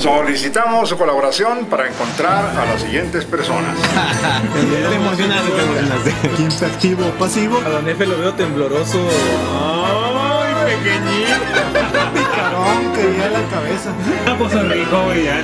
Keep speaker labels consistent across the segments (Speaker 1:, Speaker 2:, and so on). Speaker 1: Solicitamos su colaboración para encontrar a las siguientes personas.
Speaker 2: Te emocionaste, te emocionaste.
Speaker 3: ¿Quién fue activo o pasivo?
Speaker 4: A Don Efe lo veo tembloroso.
Speaker 2: ¡Ay, pequeñito!
Speaker 3: Picarón, quería la cabeza.
Speaker 4: Vamos a rico, güey. ya.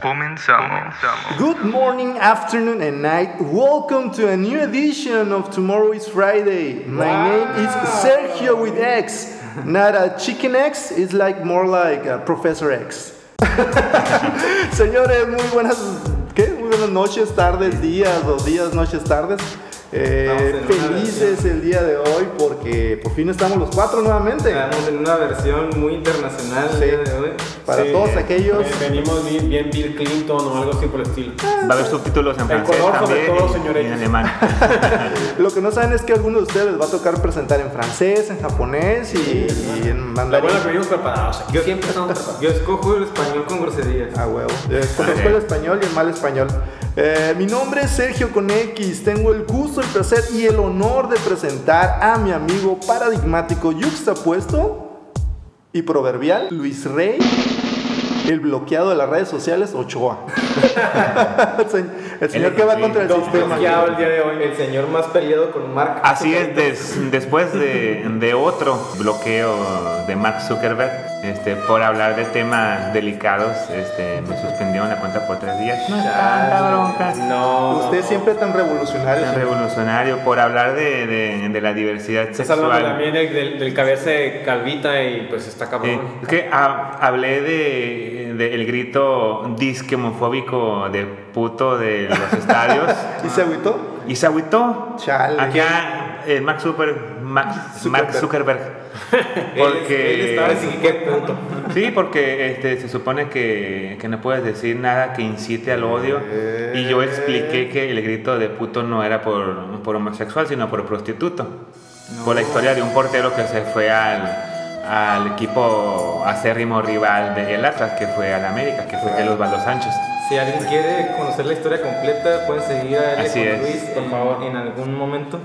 Speaker 5: Comenzamos.
Speaker 3: Good morning, afternoon, and night. Welcome to a new edition of Tomorrow is Friday. My name is Sergio with X. Not a chicken X, it's like more like a Professor X. Señores, muy buenas, ¿qué? Muy buenas noches, tardes, días, dos días, noches, tardes. Eh,
Speaker 2: Estamos en una
Speaker 3: felices el día de hoy porque por fin estamos los cuatro nuevamente.
Speaker 2: Estamos en una versión muy internacional el
Speaker 3: Sí.
Speaker 2: día de hoy.
Speaker 3: Para todos aquellos-
Speaker 2: eh, Venimos bien, bien Bill Clinton o algo así por el estilo.
Speaker 6: Va a haber subtítulos en francés
Speaker 2: color, sobre
Speaker 6: también
Speaker 2: todo,
Speaker 6: y-
Speaker 2: señor
Speaker 6: y en
Speaker 2: X.
Speaker 6: alemán.
Speaker 3: Lo que no saben es que a algunos de ustedes les va a tocar presentar en francés, en japonés y, y en
Speaker 2: La
Speaker 3: mandarín.
Speaker 2: buena que venimos preparados. Yo siempre estamos preparados. Yo escojo el español con groserías.
Speaker 3: A huevo. Eh, Conozco el español y el mal español. Eh, mi nombre es Sergio con X. Tengo el gusto, el placer y el honor de presentar a mi amigo paradigmático yuxtapuesto y proverbial Luis Rey, el bloqueado de las redes sociales Ochoa. el señ- el señor que va contra el
Speaker 2: Don
Speaker 3: sistema.
Speaker 2: Bloqueado el día de hoy. El señor más peleado con Mark.
Speaker 6: Así es, des- después de, de otro bloqueo de Mark Zuckerberg este, por hablar de temas delicados, este, me suspendieron la cuenta por tres días. No es tanta bronca.
Speaker 2: Ah, No.
Speaker 3: Usted siempre tan revolucionario.
Speaker 6: Tan
Speaker 3: señor.
Speaker 6: revolucionario por hablar de, de- de la diversidad
Speaker 2: Estás hablando
Speaker 6: sexual.
Speaker 2: también del, del, del cabeza de Calvita y pues está
Speaker 6: Eh,
Speaker 2: cabrón.
Speaker 6: es que ha- hablé de, de el grito disquemofóbico de puto de los estadios
Speaker 3: ¿Y se agüitó?
Speaker 6: y se agüitó.
Speaker 3: Chale.
Speaker 6: Acá eh, Mark, Zucker- Max- Mark Zuckerberg.
Speaker 2: Él,
Speaker 6: Porque.
Speaker 2: él estaba así, qué puto.
Speaker 6: Sí, porque este, se supone que, que no puedes decir nada que incite al odio. Y yo expliqué que el grito de puto no era por, por homosexual, sino por prostituto. Por la historia de un portero que se fue al, al equipo acérrimo rival de el Atlas, que fue al América, que fue el Osvaldo Sánchez.
Speaker 2: Si alguien quiere conocer la historia completa, pueden seguir a él
Speaker 6: Así
Speaker 2: con
Speaker 6: es.
Speaker 2: Luis, por favor, en algún momento.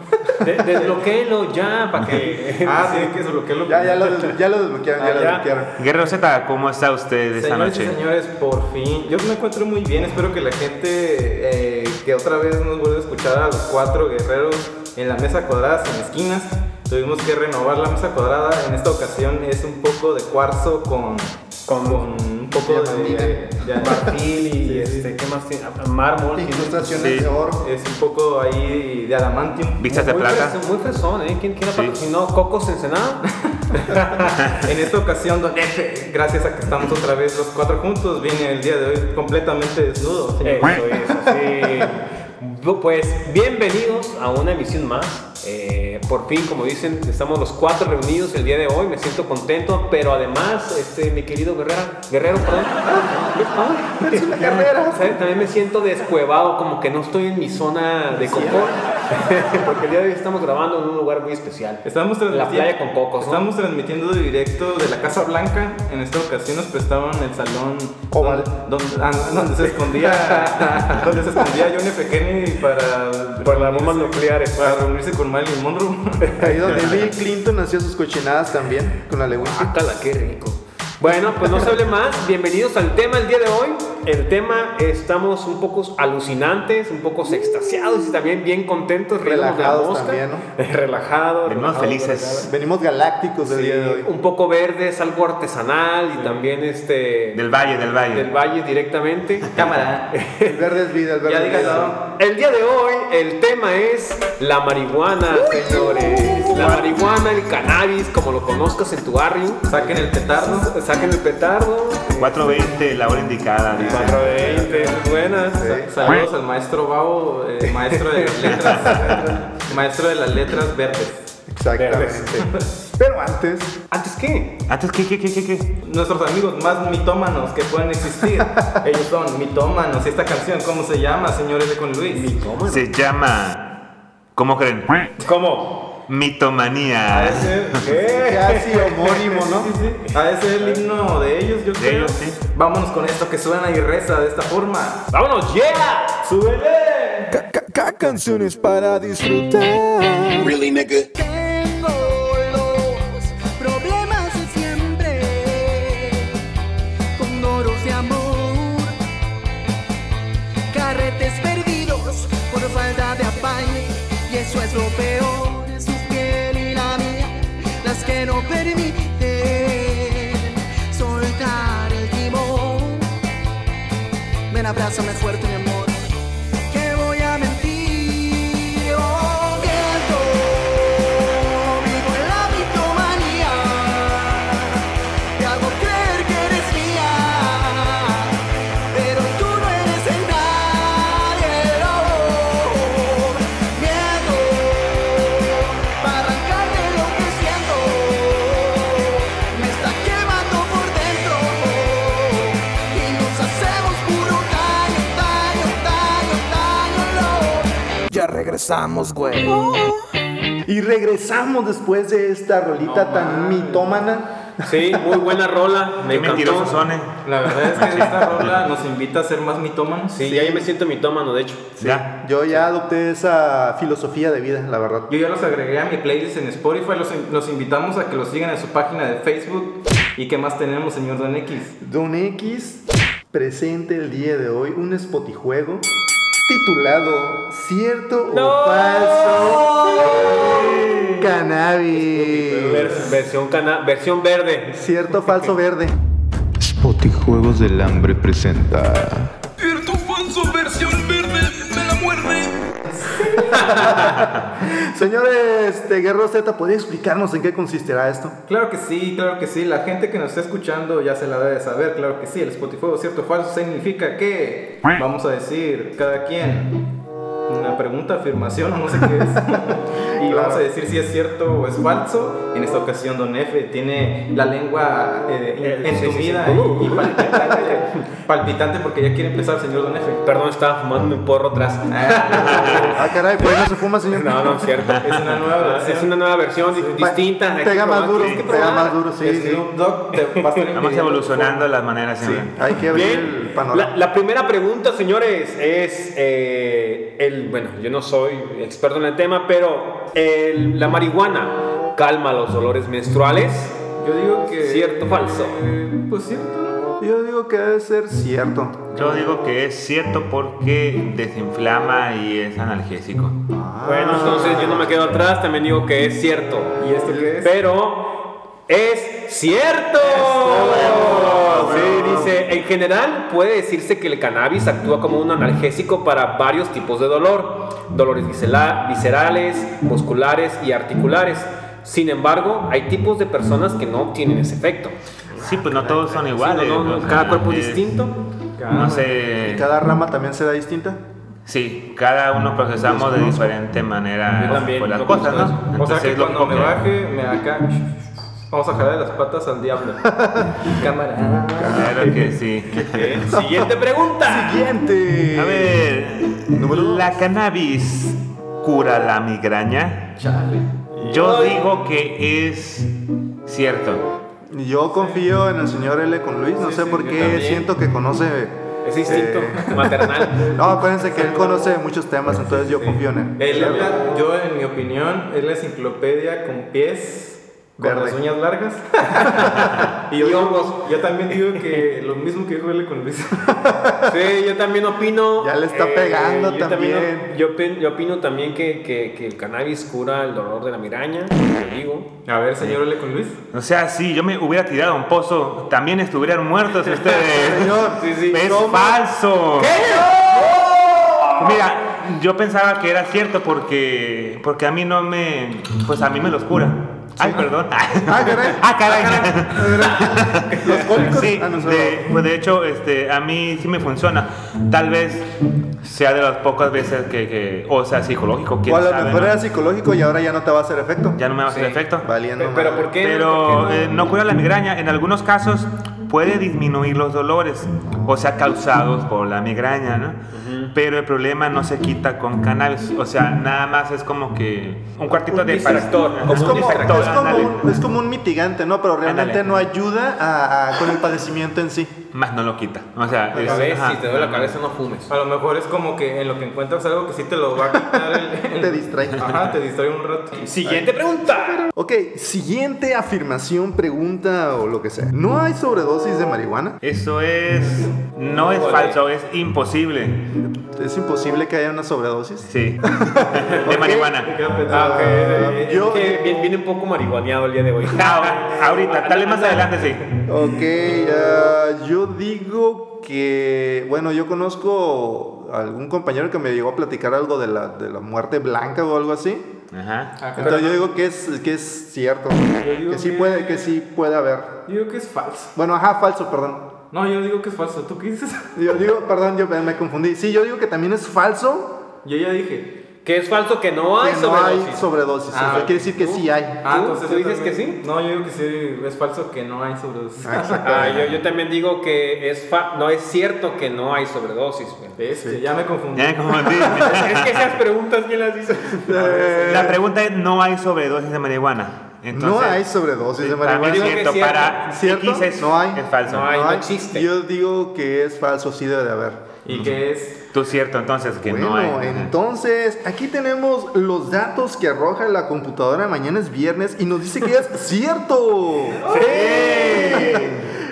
Speaker 2: desbloquéelo ya, para que. ah, sí, que desbloquéelo.
Speaker 3: Ya, ya lo, des- ya lo desbloquearon, ya
Speaker 2: Ah,
Speaker 3: lo
Speaker 2: ya.
Speaker 3: desbloquearon.
Speaker 6: Guerrero Z, ¿cómo está usted esta
Speaker 2: Señores y
Speaker 6: noche?
Speaker 2: señores, por fin. Yo me encuentro muy bien. Espero que la gente eh, que otra vez nos vuelva a escuchar a los cuatro guerreros en la mesa cuadrada sin esquinas. Tuvimos que renovar la mesa cuadrada. En esta ocasión es un poco de cuarzo con, con, un poco de, de marfil y este, ¿qué más tiene? Ah, Mármol. tiene.
Speaker 3: Incrustaciones
Speaker 6: Sí.
Speaker 3: de oro.
Speaker 2: Es un poco ahí de adamantium.
Speaker 6: Vistas de
Speaker 2: Muy
Speaker 6: plata.
Speaker 2: fres- Muy fresón, ¿eh? ¿Quién, quién la
Speaker 6: Sí.
Speaker 2: patrocinó? ¿Cocos Ensenada? en esta ocasión, don Efe, gracias a que estamos otra vez los cuatro juntos, viene el día de hoy completamente desnudo. señor.
Speaker 7: Eh, eso, sí. Pues bienvenidos a una emisión más. Eh, por fin, como dicen, estamos los cuatro reunidos el día de hoy. Me siento contento, pero además, este, mi querido Guerrera, Guerrero, perdón. Ay, ¿sabes? También me siento descuevado, como que no estoy en mi zona de confort. Porque el día de hoy estamos grabando en un lugar muy especial.
Speaker 2: Estamos
Speaker 7: En la
Speaker 2: transmitiendo,
Speaker 7: playa con cocos. ¿no?
Speaker 2: Estamos transmitiendo directo de la Casa Blanca. En esta ocasión nos prestaron el salón
Speaker 7: Oh,
Speaker 3: Oval.
Speaker 2: donde, donde- ah, donde se escondía donde se escondía John F. Kennedy para
Speaker 7: Por las bombas
Speaker 2: reunirse-
Speaker 7: nucleares.
Speaker 2: para reunirse con Marilyn Monroe.
Speaker 3: Ahí donde Bill Clinton nació sus cochinadas también, con la
Speaker 7: Ah,
Speaker 3: leguncia.
Speaker 7: cala, qué rico. Bueno, pues no se hable más. Bienvenidos al tema el día de hoy. El tema estamos un poco alucinantes, un poco extasiados y también bien contentos, riéndonos de la
Speaker 3: Relajados
Speaker 7: mosca.
Speaker 3: también, ¿no?
Speaker 7: Relajados,
Speaker 6: Venimos
Speaker 7: relajados,
Speaker 6: felices
Speaker 3: Venimos galácticos el día de
Speaker 7: relajados.
Speaker 3: hoy.
Speaker 7: Sí, un poco verdes, algo artesanal y también este
Speaker 6: del Valle, del Valle.
Speaker 7: del valle directamente.
Speaker 2: Cámara.
Speaker 3: El verde es vida, el verde
Speaker 2: Ya
Speaker 3: es
Speaker 2: digas,
Speaker 3: vida.
Speaker 2: no.
Speaker 7: El día de hoy el tema es la marihuana, señores. La marihuana, el cannabis, como lo conozcas en tu barrio.
Speaker 2: Saquen el petardo.
Speaker 7: Saquen el petardo.
Speaker 6: 4.20 la hora indicada, dice.
Speaker 7: 420, es buena.
Speaker 2: Sa- Saludos al maestro Babo, eh, maestro de las letras, maestro de las letras verdes.
Speaker 3: Exactamente. Pero antes,
Speaker 7: ¿Antes qué?
Speaker 6: Antes, ¿qué, qué, qué, qué? qué?
Speaker 2: Nuestros amigos más mitómanos que pueden existir. Ellos son mitómanos. Esta canción, ¿cómo se llama, señores de con Luis?
Speaker 6: Se llama. ¿Cómo creen?
Speaker 7: ¿Cómo?
Speaker 6: Mitomanía.
Speaker 2: Eh.
Speaker 3: casi homónimo, ¿no?
Speaker 2: A ese es el himno de ellos, yo creo.
Speaker 6: ellos, sí.
Speaker 2: Vámonos con esto que suena y reza de esta forma.
Speaker 7: ¡Vámonos, yeah!
Speaker 2: ¡Súbele!
Speaker 8: Ca- ca- canciones para disfrutar. Really, nigga. Tengo el
Speaker 5: no permite soltar el timón. Ven, abrázame fuerte, mi amor. Que voy a mentir. Oh, que vivo en la mitomanía. Te hago creer que eres mía. Pero tú no eres de nadie, oh, miedo para arrancarme lo que siento, me está quemando por dentro y nos hacemos puro daño, daño, daño, daño. Ya regresamos, güey.
Speaker 3: Y regresamos después de esta rolita tan mitómana.
Speaker 7: Sí, muy buena rola. Me
Speaker 6: Qué mentirosos
Speaker 7: encantó.
Speaker 6: son, eh.
Speaker 2: La verdad es que esta rola nos invita a ser más mitómanos.
Speaker 7: Sí, ya yo me siento mitómano, de hecho.
Speaker 6: Ya.
Speaker 3: Yo ya adopté esa filosofía de vida, la verdad.
Speaker 2: Yo ya los agregué a mi playlist en Spotify. Los, los invitamos a que los sigan en su página de Facebook. ¿Y qué más tenemos, señor Don X?
Speaker 3: Don X presente el día de hoy un spotijuego titulado Cierto o falso
Speaker 7: Ver-
Speaker 3: cannabis.
Speaker 7: versión, cana versión verde.
Speaker 3: Cierto o falso verde.
Speaker 8: Spotty Juegos del Hambre presenta.
Speaker 3: Señores de Guerrero Z, ¿podría explicarnos en qué consistirá esto?
Speaker 2: Claro que sí, claro que sí. La gente que nos está escuchando ya se la debe saber, claro que sí. El Spotify cierto o falso significa que vamos a decir cada quien una pregunta, afirmación o no sé qué es. y vamos a decir si es cierto o es falso. En esta ocasión Don F tiene la lengua eh,
Speaker 7: Eh, sí, sí,
Speaker 2: entumida
Speaker 7: sí.
Speaker 2: y- y, palpitante, palpitante porque ya quiere empezar, señor Don F.
Speaker 7: Perdón, estaba fumando un porro atrás.
Speaker 3: Ah, caray, pues no se fuma, señor.
Speaker 7: No, no, es cierto. Ah,
Speaker 2: Es una nueva versión.
Speaker 7: Es una nueva versión di- distinta. Hay que
Speaker 3: Pega más
Speaker 7: probar,
Speaker 3: duro,
Speaker 7: hay que
Speaker 3: pega
Speaker 7: probar.
Speaker 3: más duro, sí, sí.
Speaker 2: Snoop Dogg te va a estar
Speaker 6: Vamos
Speaker 2: envidiando.
Speaker 6: evolucionando las maneras.
Speaker 3: Sí,
Speaker 6: señor.
Speaker 3: hay que abrir el
Speaker 7: Bien, la,
Speaker 3: panorama.
Speaker 7: la primera pregunta, señores, es eh, el, bueno, yo no soy experto en el tema, pero el- la marihuana calma los dolores menstruales.
Speaker 2: Yo digo que.
Speaker 7: ¿Cierto o falso?
Speaker 2: Eh, pues cierto, ¿no?
Speaker 3: Yo digo que debe ser cierto.
Speaker 6: Yo digo que es cierto porque desinflama y es analgésico.
Speaker 7: Bueno, entonces yo no me quedo atrás, también digo que es cierto.
Speaker 2: ¿Y esto qué es?
Speaker 7: Pero es cierto. Sí, dice, en general puede decirse que el cannabis actúa como un analgésico para varios tipos de dolor, dolores viscela- viscerales, musculares y articulares. Sin embargo, hay tipos de personas que no obtienen ese efecto.
Speaker 6: Sí, pues no todos son iguales.
Speaker 7: Sí, no, no,
Speaker 6: o sea,
Speaker 7: cada cuerpo es
Speaker 6: es-
Speaker 7: distinto.
Speaker 6: No sé.
Speaker 3: Cada rama también será distinta.
Speaker 6: Sí, cada uno procesamos de diferente manera
Speaker 7: Yo también,
Speaker 6: pues, las
Speaker 7: no
Speaker 6: cosas, ¿no?
Speaker 7: conozco eso.
Speaker 2: o sea que
Speaker 6: es lo
Speaker 2: cuando me
Speaker 6: que-
Speaker 2: baje, me acá. Vamos a jalar las patas al diablo. Cámara.
Speaker 6: Claro que sí.
Speaker 7: Siguiente pregunta.
Speaker 3: Siguiente.
Speaker 6: A ver, ¿la cannabis cura la migraña? Yo digo que es cierto.
Speaker 3: Yo confío en el señor L con Luis, no
Speaker 2: Sí,
Speaker 3: sé
Speaker 2: sí,
Speaker 3: por
Speaker 2: yo
Speaker 3: qué
Speaker 2: también.
Speaker 3: siento que conoce.
Speaker 7: Es instinto
Speaker 3: eh,
Speaker 7: maternal.
Speaker 3: no, acuérdense que él conoce de muchos temas, entonces yo confío en él.
Speaker 2: Él es la- yo, en mi opinión, es la enciclopedia con pies, con
Speaker 3: Verde.
Speaker 2: las uñas largas. y yo, digo- yo también digo que lo mismo que dijo él con Luis.
Speaker 7: Sí, yo también opino. eh,
Speaker 3: Ya le está pegando
Speaker 7: yo
Speaker 3: también.
Speaker 7: op- yo, opin- yo opino también que, que- que el cannabis cura el dolor de la migraña. Te digo.
Speaker 2: A ver, señor L con Luis.
Speaker 6: O sea, si yo me hubiera tirado a un pozo, también estuvieran muertos ustedes.
Speaker 3: Señor,
Speaker 7: sí, sí.
Speaker 6: Es
Speaker 7: ¿Cómo?
Speaker 6: falso. Oh. Mira, yo pensaba que era cierto porque porque a mí no me pues a mí me los cura. Ay, perdón.
Speaker 3: Ah, caray.
Speaker 6: Ah, caray.
Speaker 3: Los cólicos.
Speaker 6: Sí,
Speaker 3: Ah, no, solo-
Speaker 6: de, pues de hecho, este, a mí sí me funciona. Tal vez sea de las pocas veces que, que- o sea, psicológico, quién
Speaker 3: o a lo
Speaker 6: sabe,
Speaker 3: mejor
Speaker 6: ¿no?
Speaker 3: era psicológico y ahora ya no te va a hacer efecto.
Speaker 6: Ya no me va a hacer
Speaker 7: Sí.
Speaker 6: efecto.
Speaker 3: Valiendo.
Speaker 7: pero
Speaker 3: madre.
Speaker 7: ¿por qué?
Speaker 6: Pero
Speaker 7: ¿Por qué
Speaker 6: eh, no cura la migraña. En algunos casos puede disminuir los dolores, o sea, causados por la migraña, ¿no? Pero el problema no se quita con cannabis. O sea, nada más es como que un cuartito
Speaker 7: Un
Speaker 6: de
Speaker 7: distractor,
Speaker 6: para-
Speaker 7: como
Speaker 3: Es como,
Speaker 6: distractor,
Speaker 3: es, como
Speaker 6: ándale.
Speaker 3: un, es como un mitigante, ¿no? Pero realmente
Speaker 6: Ándale.
Speaker 3: no ayuda a- a- con el padecimiento en sí.
Speaker 6: más no lo quita. O sea, es-
Speaker 7: Tal vez
Speaker 6: ajá,
Speaker 7: si te duele la
Speaker 6: ajá.
Speaker 7: cabeza no fumes.
Speaker 2: A lo mejor es como que en lo que encuentras algo que sí te lo va a quitar el- el-
Speaker 3: Te distrae.
Speaker 2: Ajá, te distrae un rato.
Speaker 7: Siguiente pregunta.
Speaker 3: Ok, siguiente afirmación, pregunta o lo que sea. ¿No hay sobredosis de marihuana?
Speaker 6: Eso es. No es falso, es imposible.
Speaker 3: ¿Es imposible que haya una sobredosis?
Speaker 6: Sí. De marihuana.
Speaker 7: Ah, ok. Es
Speaker 3: yo-
Speaker 7: que viene, viene un poco marihuaneado el día de hoy.
Speaker 6: Ah, ahorita, tal vez más adelante sí.
Speaker 3: Ok, ah, yo digo que, bueno, yo conozco a algún compañero que me llegó a platicar algo de la, de la muerte blanca o algo así.
Speaker 7: Ah,
Speaker 6: Ajá.
Speaker 3: Entonces yo digo que es, que es cierto,
Speaker 2: digo
Speaker 3: que sí
Speaker 2: que-
Speaker 3: puede, que sí puede haber.
Speaker 2: Yo digo que es falso.
Speaker 3: Bueno, ajá, falso, perdón.
Speaker 2: No, yo digo que es falso. ¿Tú qué dices?
Speaker 3: Yo digo, perdón, yo me me confundí. Sí, yo digo que también es falso
Speaker 2: Yo ya dije.
Speaker 7: Que es falso que no hay
Speaker 3: que no hay
Speaker 7: sobredosis.
Speaker 3: sobredosis.
Speaker 2: Ah,
Speaker 3: o sea,
Speaker 2: ok.
Speaker 3: quiere decir que sí hay.
Speaker 2: Ah,
Speaker 7: ¿Tú?
Speaker 2: entonces
Speaker 7: ¿Tú
Speaker 2: yo
Speaker 7: dices
Speaker 2: también-
Speaker 7: que sí?
Speaker 2: No, yo digo que sí es falso que no hay sobredosis.
Speaker 3: Ah, exacto.
Speaker 7: Ah, yo, yo también digo que es fa- no es cierto que no hay sobredosis. güey.
Speaker 2: Este, ya me confundí.
Speaker 6: Ya me confundí.
Speaker 7: es que esas preguntas, ¿quién las dice?
Speaker 6: La pregunta es: ¿no hay sobredosis de marihuana?
Speaker 3: no
Speaker 6: Entonces,
Speaker 3: hay sobredosis de
Speaker 6: Para mí
Speaker 3: marihuana.
Speaker 6: es
Speaker 7: Yo digo que
Speaker 6: cierto, para
Speaker 7: es cierto.
Speaker 3: ¿Cierto?
Speaker 6: X es,
Speaker 3: No hay.
Speaker 6: es falso.
Speaker 7: No hay. no
Speaker 3: Ay,
Speaker 7: existe.
Speaker 3: Yo digo que es falso, sí debe de haber.
Speaker 2: Y que es.
Speaker 6: Tú cierto, entonces, que
Speaker 3: bueno,
Speaker 6: no hay. Ajá.
Speaker 3: entonces aquí tenemos los datos que arroja la computadora. Mañana es viernes y nos dice que es cierto.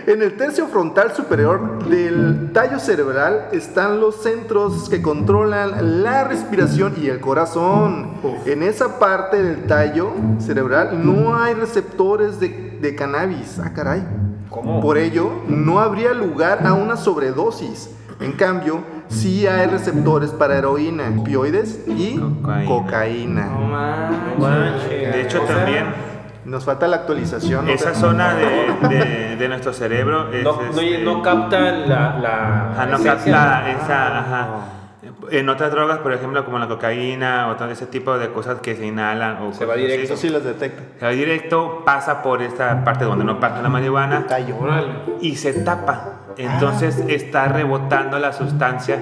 Speaker 3: En el tercio frontal superior del tallo cerebral están los centros que controlan la respiración y el corazón. En esa parte del tallo cerebral no hay receptores de, de cannabis. Ah, caray.
Speaker 7: ¿Cómo?
Speaker 3: Por ello, no habría lugar a una sobredosis. En cambio, sí hay receptores para heroína, opioides y
Speaker 6: Cocaína.
Speaker 3: cocaína.
Speaker 2: No manches.
Speaker 6: De hecho,
Speaker 2: O sea,
Speaker 6: también,
Speaker 3: Nos falta la actualización. ¿no?
Speaker 6: esa zona de, de- de nuestro cerebro es.
Speaker 7: No, no-
Speaker 6: este,
Speaker 7: no capta la. Ah, la
Speaker 6: Ajá, no
Speaker 7: esencia.
Speaker 6: capta esa. ajá.
Speaker 3: Ah.
Speaker 6: En otras drogas, por ejemplo, como la cocaína o todo ese tipo de cosas que se inhalan o
Speaker 7: Se
Speaker 6: cosas
Speaker 7: va
Speaker 6: así,
Speaker 7: directo.
Speaker 3: Eso sí las detecta.
Speaker 6: Se va directo, pasa por esta parte donde no pasa la marihuana
Speaker 3: Tallo.
Speaker 2: Órale.
Speaker 6: y se tapa. Entonces
Speaker 2: Ah.
Speaker 6: está rebotando la sustancia,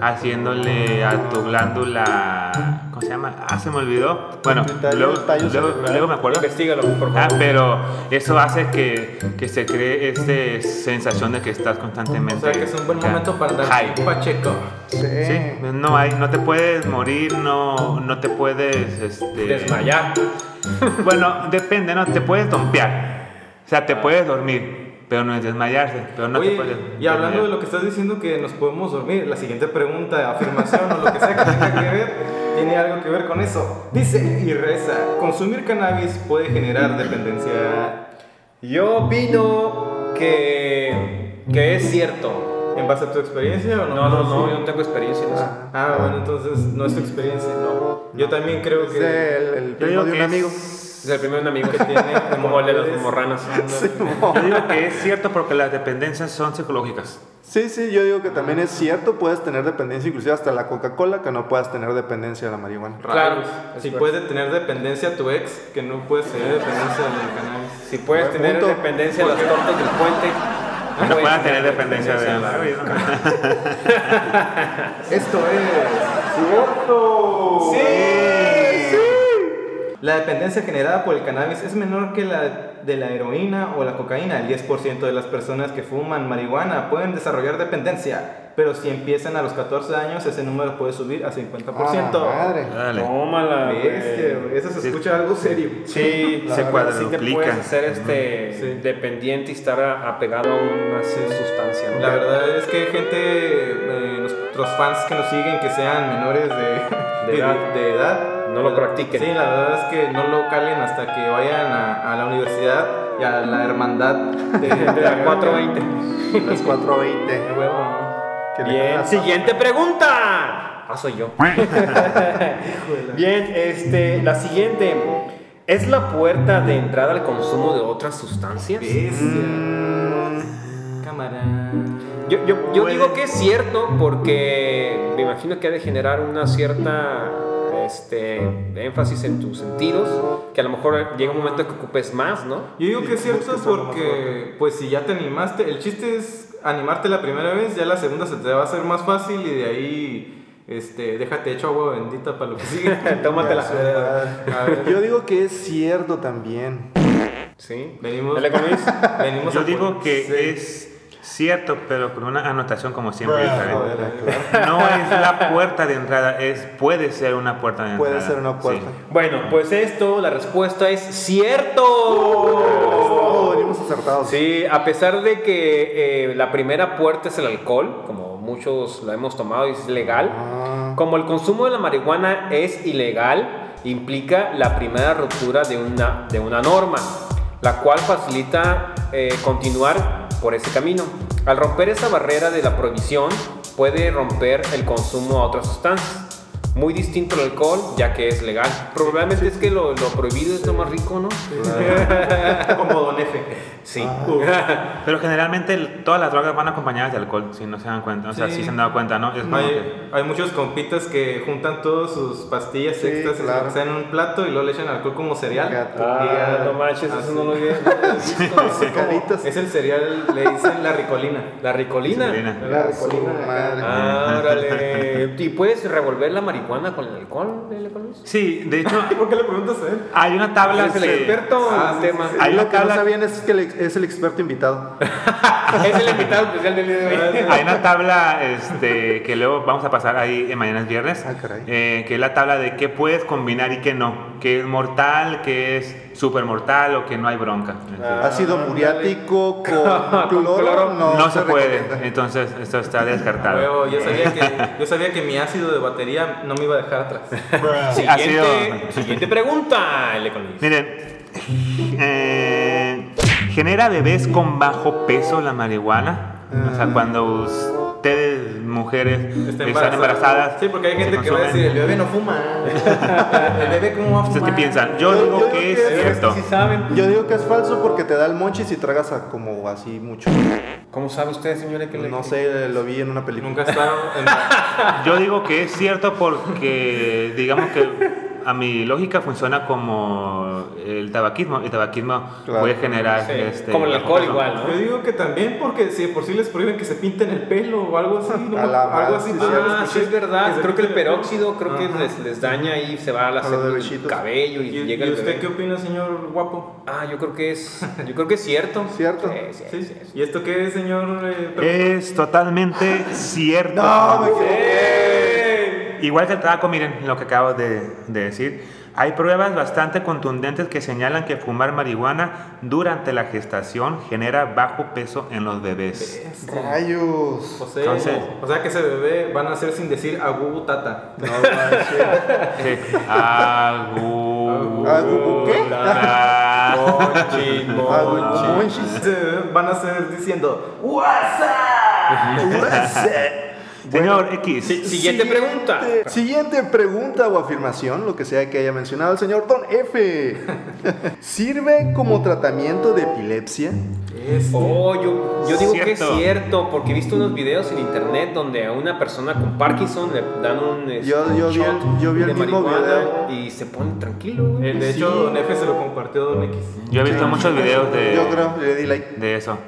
Speaker 6: haciéndole a tu glándula. ¿Cómo se llama? Ah, se me olvidó. Bueno,
Speaker 3: Tallo-
Speaker 6: luego,
Speaker 3: tallo
Speaker 6: luego-
Speaker 3: cerebral.
Speaker 6: luego me acuerdo.
Speaker 7: Investígalo, por favor.
Speaker 6: Ah, pero eso hace que, que se cree esta sensación de que estás constantemente.
Speaker 2: O sea, que es un buen
Speaker 7: Ah,
Speaker 6: acá,
Speaker 2: momento para
Speaker 6: high.
Speaker 2: andar pacheco.
Speaker 6: Sí, no hay, no te puedes morir, no, no te puedes este,
Speaker 7: Desmayar.
Speaker 6: Bueno, depende, no, te puedes tompear. O sea, te puedes dormir, pero no es desmayarse, pero no te
Speaker 2: Oye,
Speaker 6: puedes.
Speaker 2: y hablando de
Speaker 6: dormir.
Speaker 2: lo que estás diciendo que nos podemos dormir, la siguiente pregunta, afirmación o lo que sea que tenga que ver, tiene algo que ver con eso. Dice y reza, consumir cannabis puede generar dependencia
Speaker 7: Yo opino que, que es cierto.
Speaker 2: en base a tu experiencia o no?
Speaker 7: No, no, no, yo no tengo experiencia en eso.
Speaker 2: Ah, bueno, entonces no es tu experiencia, no. Yo también creo
Speaker 3: Es el,
Speaker 2: que
Speaker 3: el
Speaker 6: Yo digo
Speaker 3: primo de un
Speaker 6: que
Speaker 3: amigo.
Speaker 6: es-
Speaker 7: Es el primer amigo
Speaker 2: que tiene
Speaker 7: como el de las
Speaker 2: hemorroides.
Speaker 7: morranas.
Speaker 6: yo digo que es cierto porque las dependencias son psicológicas.
Speaker 3: Sí, sí, yo digo que también es cierto, puedes tener dependencia, inclusive hasta la Coca-Cola, que no puedas tener dependencia de la marihuana.
Speaker 2: Claro,
Speaker 7: es
Speaker 2: si
Speaker 7: verdad.
Speaker 2: puedes tener dependencia a tu ex, que no puedes tener dependencia del cannabis.
Speaker 7: Si puedes
Speaker 3: Buen
Speaker 7: tener
Speaker 3: punto.
Speaker 7: dependencia de las tortas del puente.
Speaker 2: Ah,
Speaker 6: No puedas tener dependencia de la
Speaker 2: Esto es cierto. La dependencia generada por el cannabis es menor que la de la heroína o la cocaína. El 10% de las personas que fuman marihuana pueden desarrollar dependencia, pero si empiezan a los 14 años ese número puede subir a 50%.
Speaker 3: Ah, madre.
Speaker 6: Dale.
Speaker 7: Tómala,
Speaker 2: Bestia,
Speaker 7: güey.
Speaker 2: güey. Eso se escucha algo serio.
Speaker 7: Sí,
Speaker 6: Se
Speaker 7: la verdad, sí te
Speaker 6: cuadruplica.
Speaker 7: puedes hacer este
Speaker 2: Sí.
Speaker 7: dependiente y estar a- apegado a una sustancia. ¿no?
Speaker 2: La verdad es que gente, eh, nuestros fans que nos siguen, que sean menores de,
Speaker 7: De edad.
Speaker 2: de edad,
Speaker 7: No lo practiquen.
Speaker 2: Sí, la verdad es que no lo calen hasta que vayan a, a la universidad y a la hermandad de,
Speaker 7: de la 420.
Speaker 3: Las 4.20. Que le
Speaker 7: Bien,
Speaker 3: jalan las
Speaker 7: siguiente pregunta. Ah, soy yo. Bien, este, la siguiente. ¿Es la puerta de entrada al consumo de otras sustancias?
Speaker 3: Mm.
Speaker 2: Cámara.
Speaker 7: Yo, yo- yo
Speaker 6: Puede.
Speaker 7: digo que es cierto porque me imagino que ha de generar una cierta este, énfasis en tus sentidos, que a lo mejor llega un momento que ocupes más, ¿no?
Speaker 2: Yo digo que es cierto
Speaker 3: Buscas algo más
Speaker 2: porque, pues si ya te animaste, el chiste es animarte la primera vez, ya la segunda se te va a hacer más fácil y de ahí, este, déjate hecho agua bendita para lo que sigue.
Speaker 7: Tómatela.
Speaker 2: A ver.
Speaker 3: patas. Yo digo que es cierto también.
Speaker 7: Sí.
Speaker 2: Venimos.
Speaker 7: Dale, ¿cómo es?
Speaker 2: Venimos
Speaker 6: Yo
Speaker 2: a
Speaker 6: digo
Speaker 2: por-
Speaker 6: que
Speaker 2: sí.
Speaker 6: es Cierto, pero con una anotación como siempre. diferente. No es la puerta de entrada, es puede ser una puerta de entrada.
Speaker 3: Puede ser una puerta.
Speaker 6: Sí.
Speaker 7: Bueno, pues esto, la respuesta es cierto.
Speaker 3: Oh, venimos acertados.
Speaker 7: Sí, a pesar de que eh, la primera puerta es el alcohol, como muchos la hemos tomado y es legal, como el consumo de la marihuana es ilegal, implica la primera ruptura de una, de una norma, la cual facilita eh, continuar por ese camino. Al romper esa barrera de la prohibición, puede romper el consumo a otras sustancias. Muy distinto al alcohol, ya que es legal. Probablemente es que lo, lo prohibido es lo más rico, ¿no?
Speaker 2: Como Don F.
Speaker 7: Sí.
Speaker 6: Pero generalmente el- todas las drogas van acompañadas de alcohol, si no se dan cuenta. O sea,
Speaker 2: Sí.
Speaker 6: si se han dado cuenta, ¿no? Es
Speaker 7: Ah,
Speaker 6: como que-
Speaker 2: Hay, hay muchos compitas que juntan todas sus pastillas
Speaker 3: Sí,
Speaker 2: extras y las
Speaker 3: claro.
Speaker 2: hacen en un plato y luego le echan alcohol como cereal.
Speaker 3: Gato.
Speaker 7: Ah, no manches,
Speaker 2: Ah,
Speaker 7: eso
Speaker 2: sí.
Speaker 7: no lo vi.
Speaker 3: Sí, caritas.
Speaker 2: Es el cereal, le dicen la ricolina.
Speaker 7: La ricolina.
Speaker 6: Elena.
Speaker 3: Ah, su madre.
Speaker 7: Ah, órale. ¿Y puedes revolver la marihuana con el alcohol, Lele Colmes?
Speaker 6: Sí, de hecho,
Speaker 2: ¿Por qué le preguntas a él?
Speaker 6: hay una tabla
Speaker 7: Es el
Speaker 6: que...
Speaker 7: experto
Speaker 2: Ah,
Speaker 7: en
Speaker 2: sí,
Speaker 7: el tema.
Speaker 6: Hay
Speaker 3: lo
Speaker 6: una
Speaker 3: que no
Speaker 6: tabla
Speaker 3: sabían es que le- es el experto invitado.
Speaker 7: Es el invitado especial del día de hoy.
Speaker 6: Hay una tabla este, que luego vamos a pasar ahí en mañana es viernes,
Speaker 3: Ah, caray.
Speaker 6: eh, que es la tabla de qué puedes combinar y qué no, qué es mortal, qué es supermortal o que no hay bronca.
Speaker 3: Ácido muriático Ah, con cloro,
Speaker 7: cloro.
Speaker 6: no,
Speaker 3: no,
Speaker 6: se, puede,
Speaker 3: recomienda.
Speaker 6: entonces esto está descartado.
Speaker 2: Luego, yo sabía, que, yo sabía que mi ácido de batería no me iba a dejar atrás.
Speaker 6: Sí, ha
Speaker 7: Siguiente,
Speaker 6: sido-
Speaker 7: siguiente pregunta, Lele Colmes.
Speaker 6: Miren, eh, genera bebés con bajo peso la marihuana. O
Speaker 3: Mm.
Speaker 6: sea, cuando ustedes, mujeres, están embarazadas.
Speaker 7: Ah,
Speaker 2: Sí, porque hay
Speaker 6: se
Speaker 2: gente que va a
Speaker 6: consumen.
Speaker 2: decir, el bebé no fuma. El bebé cómo va a
Speaker 6: ¿Ustedes qué
Speaker 2: fumar.
Speaker 6: piensan? Yo,
Speaker 3: Yo-
Speaker 6: digo
Speaker 3: yo
Speaker 6: que
Speaker 3: digo
Speaker 6: es
Speaker 3: que-
Speaker 6: cierto.
Speaker 7: Sí saben.
Speaker 3: Yo digo que es falso porque te da el monchis y tragas a como así mucho.
Speaker 7: ¿Cómo sabe usted, señora, que le-
Speaker 3: No sé, lo vi en una película.
Speaker 2: Nunca he estado en-
Speaker 6: Yo digo que es cierto porque, digamos que a mi lógica funciona como el tabaquismo. El tabaquismo
Speaker 3: Claro.
Speaker 6: puede generar.
Speaker 7: Sí,
Speaker 6: este,
Speaker 7: como el alcohol igual,
Speaker 2: Yo
Speaker 7: Ah, ¿no?
Speaker 2: digo que también porque si de por sí les prohíben que se pinten el pelo o algo así. ¿no?
Speaker 3: A la
Speaker 2: algo
Speaker 3: madre,
Speaker 2: así.
Speaker 3: sí,
Speaker 2: todavía lo
Speaker 7: Ah, sí
Speaker 2: escuché,
Speaker 7: es verdad.
Speaker 2: se
Speaker 7: Creo que el
Speaker 2: pinten pelo.
Speaker 7: peróxido creo que
Speaker 2: Ajá.
Speaker 7: les, les daña y se va a la
Speaker 3: A los
Speaker 7: célula del
Speaker 3: bebichitos.
Speaker 7: cabello y,
Speaker 2: ¿Y,
Speaker 7: llega
Speaker 2: y
Speaker 7: el
Speaker 2: usted
Speaker 7: bebé.
Speaker 2: qué opina, señor guapo?
Speaker 7: Ah, yo creo que es, yo creo que es cierto.
Speaker 3: ¿Cierto?
Speaker 7: Sí, sí,
Speaker 2: ¿Sí?
Speaker 7: sí, sí.
Speaker 2: ¿Y esto qué es, señor? eh, pero-
Speaker 6: Es totalmente cierto.
Speaker 3: No, me equivoqué.
Speaker 6: Igual que el tabaco, miren lo que acabo de, de decir. Hay pruebas bastante contundentes que señalan que fumar marihuana durante la gestación genera bajo peso en los bebés.
Speaker 3: Rayos.
Speaker 2: o, sea,
Speaker 6: Entonces-
Speaker 2: o sea que ese bebé van a hacer sin decir agubu tata.
Speaker 3: Pues No, manches.
Speaker 6: Sí.
Speaker 3: Ah,
Speaker 6: Agu-
Speaker 3: Agu- ¿qué? Ah, monchis.
Speaker 2: Ese bebé van a hacer diciendo WhatsApp.
Speaker 6: Señor X.
Speaker 7: Siguiente pregunta.
Speaker 3: Siguiente pregunta o afirmación, lo que sea que haya mencionado el señor Don F. ¿Sirve como tratamiento de epilepsia?
Speaker 7: Oh, yo, yo digo que es
Speaker 6: Cierto.
Speaker 7: cierto, porque he visto unos videos en internet donde a una persona con Parkinson le dan un este,
Speaker 3: Yo- yo vi el-
Speaker 7: shot
Speaker 3: yo vi el
Speaker 7: de
Speaker 3: mismo
Speaker 7: marihuana y se pone tranquilo, güey.
Speaker 2: Eh, De hecho,
Speaker 3: Sí.
Speaker 2: Don F se lo compartió a Don X.
Speaker 6: Yo he visto muchos videos de,
Speaker 3: Yo creo, le di like.
Speaker 6: de eso.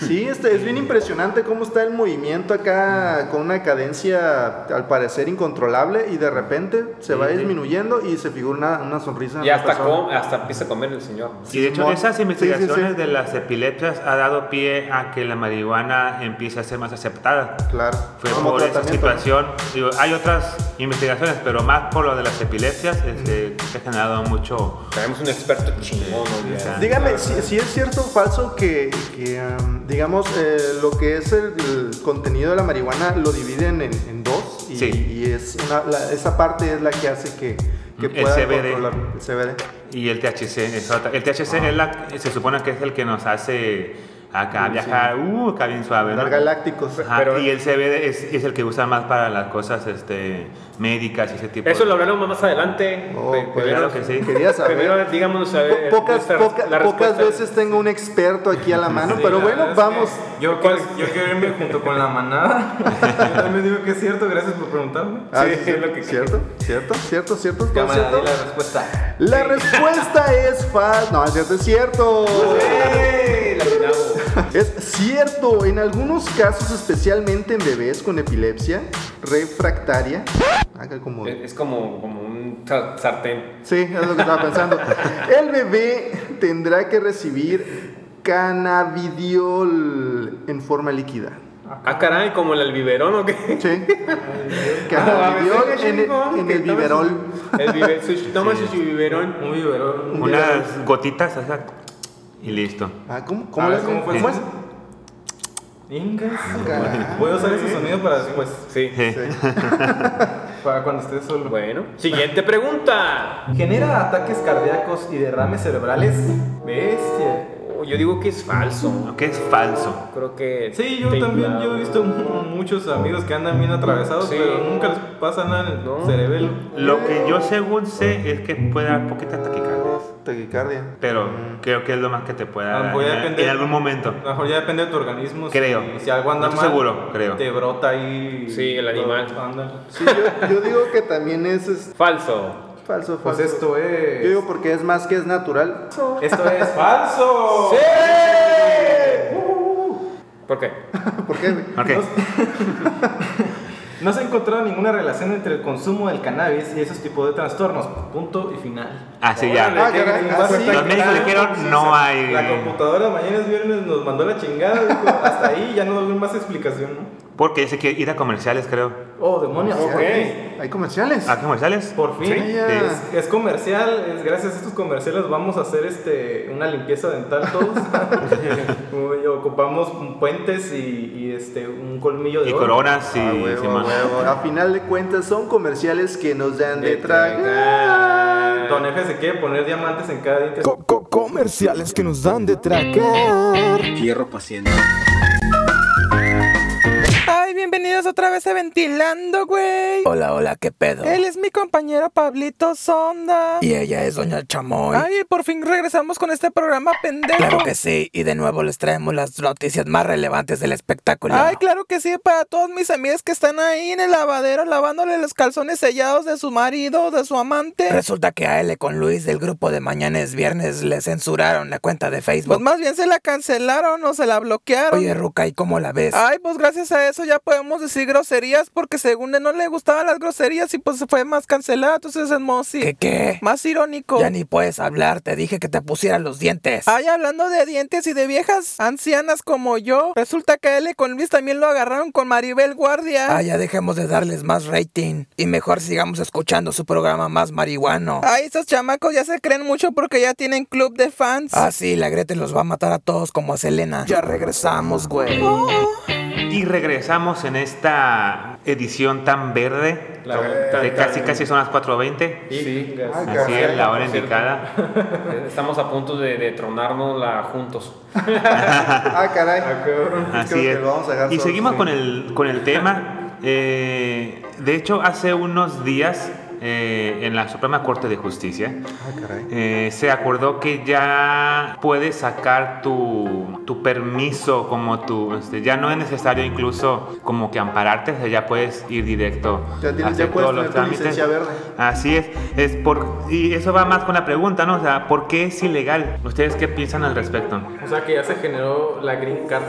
Speaker 3: Sí, este, es bien impresionante cómo está el movimiento acá con una cadencia al parecer incontrolable y de repente se va disminuyendo y se figura una, una sonrisa. en
Speaker 7: Y
Speaker 3: la
Speaker 7: hasta,
Speaker 3: persona.
Speaker 7: com- hasta empieza a comer el señor.
Speaker 6: Y de hecho,
Speaker 3: Simón.
Speaker 6: esas
Speaker 3: Sí, sí,
Speaker 6: investigaciones
Speaker 3: sí.
Speaker 6: de las epilepsias ha dado pie a que la marihuana empiece a ser más aceptada.
Speaker 3: Claro.
Speaker 6: Fue
Speaker 3: como
Speaker 6: por esa
Speaker 3: tratamiento.
Speaker 6: situación. Digo, hay otras investigaciones, pero más por lo de las epilepsias, este, se ha generado mucho.
Speaker 7: Tenemos un experto chingón, güey.
Speaker 6: Sí.
Speaker 3: Dígame si, si es cierto o falso que, que, am, digamos, eh, lo que es el, el contenido de la marihuana lo dividen en, en dos y,
Speaker 6: Sí.
Speaker 3: y es una, la- esa parte es la que hace que, que
Speaker 6: El
Speaker 2: Mm,
Speaker 3: pueda
Speaker 6: CBD.
Speaker 3: controlar el CBD.
Speaker 6: Y el THC es otra. El THC es la, se supone que es el que nos hace acá viajar, uh, acá bien suave. ¿no?
Speaker 3: Los galácticos.
Speaker 6: Ajá, y el CBD es, es el que usa más para las cosas este, médicas y ese tipo
Speaker 7: Eso
Speaker 6: de
Speaker 7: lo hablaremos más adelante.
Speaker 3: Oh,
Speaker 7: Pe-
Speaker 3: pues,
Speaker 7: primero,
Speaker 6: claro que sí.
Speaker 3: Quería saber.
Speaker 7: primero, díganos a
Speaker 3: Po-
Speaker 7: ver,
Speaker 3: pocas
Speaker 7: nuestra-
Speaker 3: poca-
Speaker 7: la
Speaker 3: pocas
Speaker 7: respuesta.
Speaker 3: veces tengo un experto aquí a la mano,
Speaker 2: Sí,
Speaker 3: pero
Speaker 2: la
Speaker 3: bueno,
Speaker 2: verdad es
Speaker 3: vamos.
Speaker 2: que Yo, quiero- yo quiero irme junto con la manada. Yo también digo que es cierto, gracias por preguntarme.
Speaker 3: Ah,
Speaker 7: Sí, es lo que-
Speaker 3: ¿Cierto? ¿Cierto? ¿Cierto? ¿Cierto? ¿Todo
Speaker 2: Cámara,
Speaker 3: cierto?
Speaker 2: di la respuesta.
Speaker 3: La respuesta es falsa. No, es cierto, es cierto.
Speaker 7: ¡Eh! La atinamos.
Speaker 3: Es cierto, en algunos casos, especialmente en bebés con epilepsia refractaria. Acá como.
Speaker 2: Eh.
Speaker 7: Es es como, como un sa- sartén.
Speaker 3: Sí, es lo que estaba pensando. El bebé tendrá que recibir cannabidiol en forma líquida.
Speaker 7: Ah, caray, como el albiberón o qué.
Speaker 3: Sí.
Speaker 7: Ah,
Speaker 3: Cannabidiol
Speaker 7: ves, qué
Speaker 3: en, el-
Speaker 7: chingón,
Speaker 3: en
Speaker 7: que
Speaker 3: el
Speaker 7: tomas
Speaker 3: biberol.
Speaker 7: un- El biberón. Tomas su biberón.
Speaker 2: Un biberón.
Speaker 6: Unas gotitas, ajá, y listo.
Speaker 3: Ah, ¿cómo? ¿Cómo,
Speaker 2: A ver,
Speaker 3: le-
Speaker 2: ¿cómo fue
Speaker 3: cómo
Speaker 2: eso?
Speaker 3: es?
Speaker 2: Ingas.
Speaker 3: Caray.
Speaker 2: Voy a usar ese sonido para después.
Speaker 7: Sí.
Speaker 2: Para cuando estés solo.
Speaker 7: Bueno, siguiente pregunta.
Speaker 2: ¿Genera ataques cardíacos y derrames cerebrales? Bestia.
Speaker 7: Oh, Yo digo que es falso.
Speaker 6: Que es falso.
Speaker 7: Creo que.
Speaker 2: Sí, yo
Speaker 7: te
Speaker 2: también
Speaker 7: infla-
Speaker 2: yo he visto mu- muchos amigos que andan bien atravesados,
Speaker 7: Sí.
Speaker 2: pero nunca les pasa nada en el
Speaker 7: No.
Speaker 2: cerebelo.
Speaker 6: Lo que yo según sé es que puede dar poquitas taquicardias.
Speaker 3: Taquicardia.
Speaker 6: Pero creo que es lo más que te pueda
Speaker 2: Ah,
Speaker 6: dar
Speaker 2: voy a
Speaker 6: en,
Speaker 2: depender-
Speaker 6: en algún momento.
Speaker 2: A lo mejor ya depende de tu organismo. si-
Speaker 6: Creo.
Speaker 2: Si algo anda
Speaker 6: No
Speaker 2: mal,
Speaker 6: estoy seguro, creo.
Speaker 2: te brota ahí.
Speaker 7: Sí, el animal.
Speaker 2: todo, ándale.
Speaker 3: Sí, yo, yo digo que también es, es
Speaker 7: Falso.
Speaker 3: falso, falso.
Speaker 2: Pues esto es.
Speaker 3: Yo digo porque es más que es natural.
Speaker 2: Esto es falso.
Speaker 7: ¿Por qué?
Speaker 3: ¿Por qué? güey?
Speaker 6: Ok.
Speaker 2: No se ha encontrado ninguna relación entre el consumo del cannabis y esos tipos de trastornos. Punto y final.
Speaker 6: Así
Speaker 3: Ah,
Speaker 6: ya.
Speaker 3: caray,
Speaker 2: Qué gran
Speaker 3: ah, sí.
Speaker 2: pasa.
Speaker 6: Los médicos dijeron no hay.
Speaker 2: La computadora mañana es viernes, nos mandó la chingada. dijo, hasta ahí ya no doy más explicación, ¿no?
Speaker 6: Porque dice que ir a comerciales, creo.
Speaker 2: Oh, demonios.
Speaker 3: Ok.
Speaker 2: por fin.
Speaker 3: Hay comerciales.
Speaker 6: ¿A comerciales?
Speaker 2: Por fin. Ah,
Speaker 3: Sí. Ya.
Speaker 2: Es, es comercial, es gracias a estos comerciales vamos a hacer este una limpieza dental todos. Uy, ocupamos puentes y, y, este un colmillo de
Speaker 6: Y
Speaker 2: oro.
Speaker 6: coronas y
Speaker 3: Ah, huevo,
Speaker 6: Simón.
Speaker 3: huevo. A final de cuentas son comerciales que nos dan de tragar.
Speaker 2: Don F se quiere poner diamantes en cada diente.
Speaker 9: comerciales que nos dan de tragar.
Speaker 10: Hierro paciente.
Speaker 9: Ay, bienvenidos otra vez a Ventilando, güey.
Speaker 10: Hola, hola, ¿qué pedo?
Speaker 9: Él es mi compañero Pablito Sonda.
Speaker 10: Y ella es Doña Chamoy.
Speaker 9: Ay, por fin regresamos con este programa pendejo.
Speaker 10: Claro que sí, y de nuevo les traemos las noticias más relevantes del espectáculo.
Speaker 9: Ay, claro que sí, para todos mis amigos que están ahí en el lavadero lavándole los calzones sellados de su marido o de su amante.
Speaker 10: Resulta que a L con Luis del grupo de Mañana es Viernes le censuraron la cuenta de
Speaker 9: Pues
Speaker 10: Facebook.
Speaker 9: más bien se la cancelaron o se la bloquearon.
Speaker 10: Oye, Ruca, ¿y cómo la ves?
Speaker 9: Ay, pues gracias a eso ya podemos decir groserías porque según él no le gustaban las groserías y pues fue más cancelada, entonces es mozi.
Speaker 10: ¿Qué qué?
Speaker 9: Más irónico.
Speaker 10: Ya ni puedes hablar, te dije que te pusieran los dientes.
Speaker 9: Ay, hablando de dientes y de viejas ancianas como yo, resulta que a él con Luis también lo agarraron con Maribel Guardia.
Speaker 10: Ah, ya dejemos de darles más rating y mejor sigamos escuchando su programa más marihuano.
Speaker 9: Ay, esos chamacos ya se creen mucho porque ya tienen club de fans.
Speaker 10: Ah, sí, la Grete los va a matar a todos como a Selena. Ya regresamos, güey.
Speaker 6: Y regresamos en esta edición tan verde.
Speaker 2: La venta.
Speaker 6: de casi, casi son las 4.20.
Speaker 2: Sí.
Speaker 6: Así es, la hora indicada.
Speaker 7: Estamos a punto de, de tronárnosla juntos.
Speaker 3: Ah, caray.
Speaker 6: Así es.
Speaker 3: Creo que lo vamos a dejar
Speaker 6: Y
Speaker 3: solo,
Speaker 6: seguimos
Speaker 3: sí.
Speaker 6: con el, con el tema. Eh, de hecho, hace unos días, eh, en la Suprema Corte de Justicia,
Speaker 3: Ah, caray.
Speaker 6: eh, se acordó que ya puedes sacar tu, tu permiso, como tu. este, ya no es necesario incluso como que ampararte, o sea, ya puedes ir directo.
Speaker 3: Ya tienes-
Speaker 6: a hacer
Speaker 3: ya puedes
Speaker 6: todos los
Speaker 3: tener tu
Speaker 6: trámites.
Speaker 3: licencia verde.
Speaker 6: Así es. es por, y eso va más con la pregunta, ¿no? O sea, ¿por qué es ilegal? ¿Ustedes qué piensan al respecto?
Speaker 2: O sea que ya se generó la green card.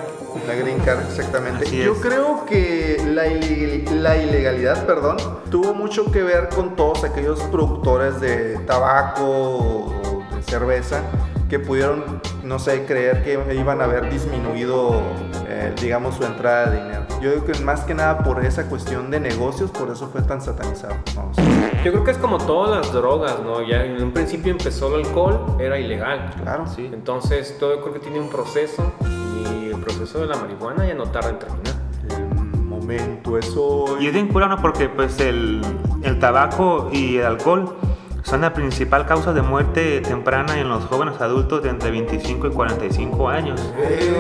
Speaker 3: La green card, exactamente.
Speaker 6: Así
Speaker 3: Yo
Speaker 6: es.
Speaker 3: creo que la, ili- la ilegalidad, perdón, tuvo mucho que ver con todos aquellos productores de tabaco o de cerveza que pudieron, no sé, creer que iban a haber disminuido, eh, digamos, su entrada de dinero. Yo digo que más que nada por esa cuestión de negocios, por eso fue tan satanizado. Vamos.
Speaker 7: Yo creo que es como todas las drogas, ¿no? Ya en un principio empezó el alcohol, era ilegal.
Speaker 3: Claro.
Speaker 6: Sí.
Speaker 7: Entonces, todo creo que tiene un proceso y el proceso de la marihuana ya no tarda en terminar.
Speaker 3: El momento es hoy.
Speaker 6: Y es bien curado porque pues el, el tabaco y el alcohol son la principal causa de muerte temprana en los jóvenes adultos de entre 25 y 45 años.
Speaker 2: Bestia.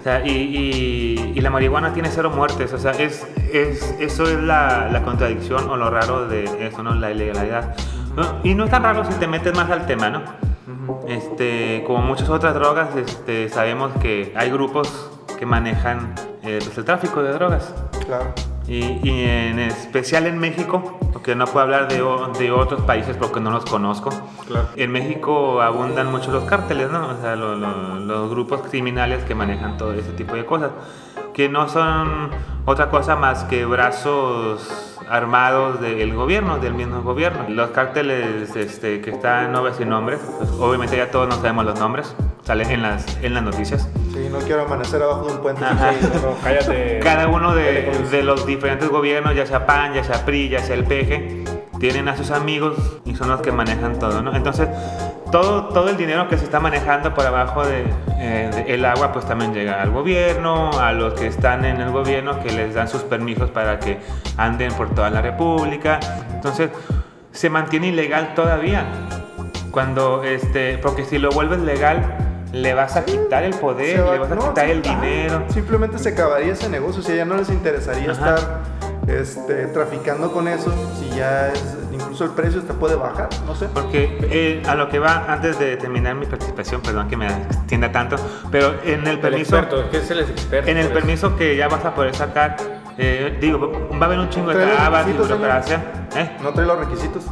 Speaker 6: O sea, y, y- y la marihuana tiene cero muertes, o sea, es, es, eso es la, la contradicción o lo raro de eso, ¿no? La ilegalidad. No, Y no es tan raro si te metes más al tema, ¿no? Este, como muchas otras drogas, este, sabemos que hay grupos que manejan eh, pues, el tráfico de drogas.
Speaker 3: Claro.
Speaker 6: Y, y en especial en México, porque no puedo hablar de, o- de otros países porque no los conozco. En México abundan mucho los cárteles, ¿no? O sea, lo- lo- los grupos criminales que manejan todo ese tipo de cosas, que no son otra cosa más que brazos armados del gobierno, del mismo gobierno. Los cárteles este, que están nombres sin nombres, pues, obviamente ya todos no sabemos los nombres, salen en las, en las noticias.
Speaker 3: Sí, no quiero amanecer abajo de un puente.
Speaker 6: Ajá.
Speaker 1: No, cállate.
Speaker 6: Cada uno de,
Speaker 3: pues.
Speaker 6: de los diferentes gobiernos, ya sea PAN, ya sea PRI, ya sea el PG, tienen a sus amigos y son los que manejan todo, ¿no? Entonces, todo, todo el dinero que se está manejando por abajo del de, eh, el agua, pues también llega al gobierno, a los que están en el gobierno, que les dan sus permisos para que anden por toda la República. Entonces, se mantiene ilegal todavía. Cuando, este, porque si lo vuelves legal, le vas a quitar el poder,
Speaker 3: Se va-
Speaker 6: le vas a
Speaker 3: no,
Speaker 6: quitar
Speaker 3: sí,
Speaker 6: el
Speaker 3: ah,
Speaker 6: dinero.
Speaker 3: Simplemente se acabaría ese negocio. Si ya no les interesaría
Speaker 6: Ajá.
Speaker 3: estar este, traficando con eso, si ya es, incluso el precio te puede bajar, no sé.
Speaker 6: Porque eh, a lo que va, antes de terminar mi participación, perdón que me extienda tanto, pero en el permiso,
Speaker 7: experto, ¿qué es el experto?
Speaker 6: en el
Speaker 7: Pues,
Speaker 6: permiso que ya vas a poder sacar, eh, digo, va a haber un chingo de
Speaker 3: Trae los
Speaker 6: trabas y
Speaker 3: requisitos, señor.
Speaker 6: burocracia. ¿eh?
Speaker 3: No trae los requisitos.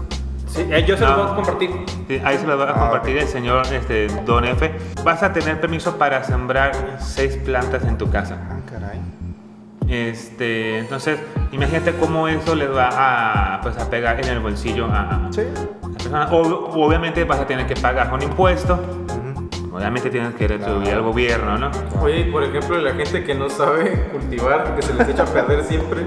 Speaker 7: Sí, eh, yo se
Speaker 2: Ah.
Speaker 6: No.
Speaker 7: lo voy a compartir.
Speaker 6: Sí, Ahí se lo va a
Speaker 3: Ah,
Speaker 6: compartir
Speaker 3: ok.
Speaker 6: el señor este, Don F. Vas a tener permiso para sembrar seis plantas en tu casa.
Speaker 3: Ah, caray.
Speaker 6: Este, entonces, imagínate cómo eso les va a, pues, a pegar en el bolsillo a, a
Speaker 3: Sí.
Speaker 6: la persona. Ob- obviamente vas a tener que pagar un impuesto. Obviamente tienes que retribuir al gobierno, ¿no?
Speaker 2: Oye, y por ejemplo, la gente que no sabe cultivar, que se les echa a perder siempre,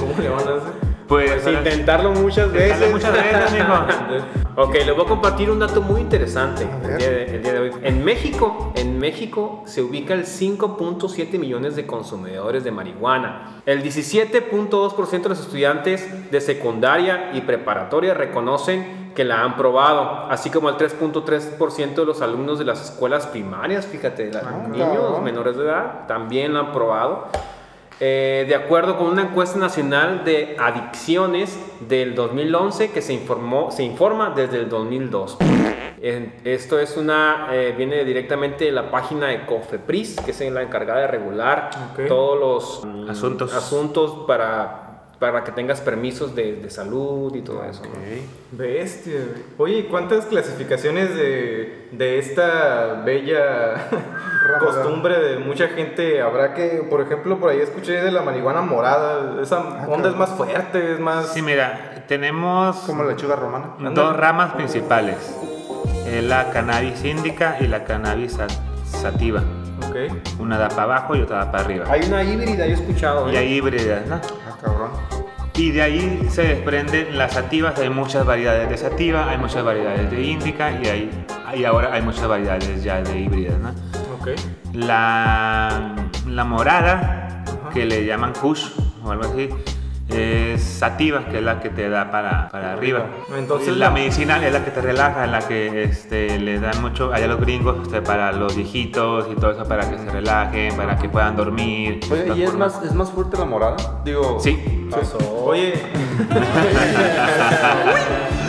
Speaker 2: ¿cómo le van a hacer?
Speaker 6: Pues,
Speaker 7: Pues intentarlo muchas
Speaker 6: Intentarlo
Speaker 7: veces.
Speaker 6: muchas veces, mijo.
Speaker 7: ok, les voy a compartir un dato muy interesante
Speaker 3: A
Speaker 7: el
Speaker 3: ver.
Speaker 7: día, de, el día de hoy. En México, en México se ubica el 5.7 millones de consumidores de marihuana. El 17.2% de los estudiantes de secundaria y preparatoria reconocen que la han probado, así como el 3.3% de los alumnos de las escuelas primarias, fíjate, la- niños
Speaker 3: Ah, cabrón.
Speaker 7: menores de edad también la han probado. Eh, de acuerdo con una encuesta nacional de adicciones del 2011 que se, informó, se informa desde el 2002. En- esto es una, eh, viene directamente de la página de COFEPRIS, que es la encargada de regular
Speaker 2: Ok.
Speaker 7: todos los mm,
Speaker 6: Asuntos.
Speaker 7: asuntos para, para que tengas permisos de, de salud y todo eso. ¿no?
Speaker 2: Bestia. güey. Oye, ¿y ¿cuántas clasificaciones de, de esta bella costumbre de mucha gente habrá que, por ejemplo, por ahí escuché de la marihuana morada? Esa onda es más fuerte, es más...
Speaker 6: Sí, mira, tenemos
Speaker 3: Como la lechuga romana.
Speaker 6: dos ramas principales. eh, la cannabis índica y la cannabis sat- sativa.
Speaker 2: Ok.
Speaker 6: Una da para abajo y otra da para arriba.
Speaker 7: Hay una híbrida, yo he escuchado.
Speaker 6: Y
Speaker 7: ¿eh?
Speaker 6: hay híbridas, ¿no?
Speaker 3: Ah, cabrón.
Speaker 6: Y de ahí se desprenden las sativas, hay muchas variedades de sativa, hay muchas variedades de índica y, hay, y ahora hay muchas variedades ya de híbridas. ¿no?
Speaker 2: Ok.
Speaker 6: La, la morada, que le llaman kush o algo así, es sativa, que es la que te da para, para arriba.
Speaker 2: Entonces
Speaker 6: Y la
Speaker 2: la-
Speaker 6: medicinal es la que te relaja, la que este, le dan mucho allá los gringos este, para los viejitos y todo eso, para que se relajen, para que puedan dormir.
Speaker 3: Oye, ¿y
Speaker 6: Los
Speaker 3: es más, es más fuerte la morada? Digo.
Speaker 6: Sí,
Speaker 2: Oye.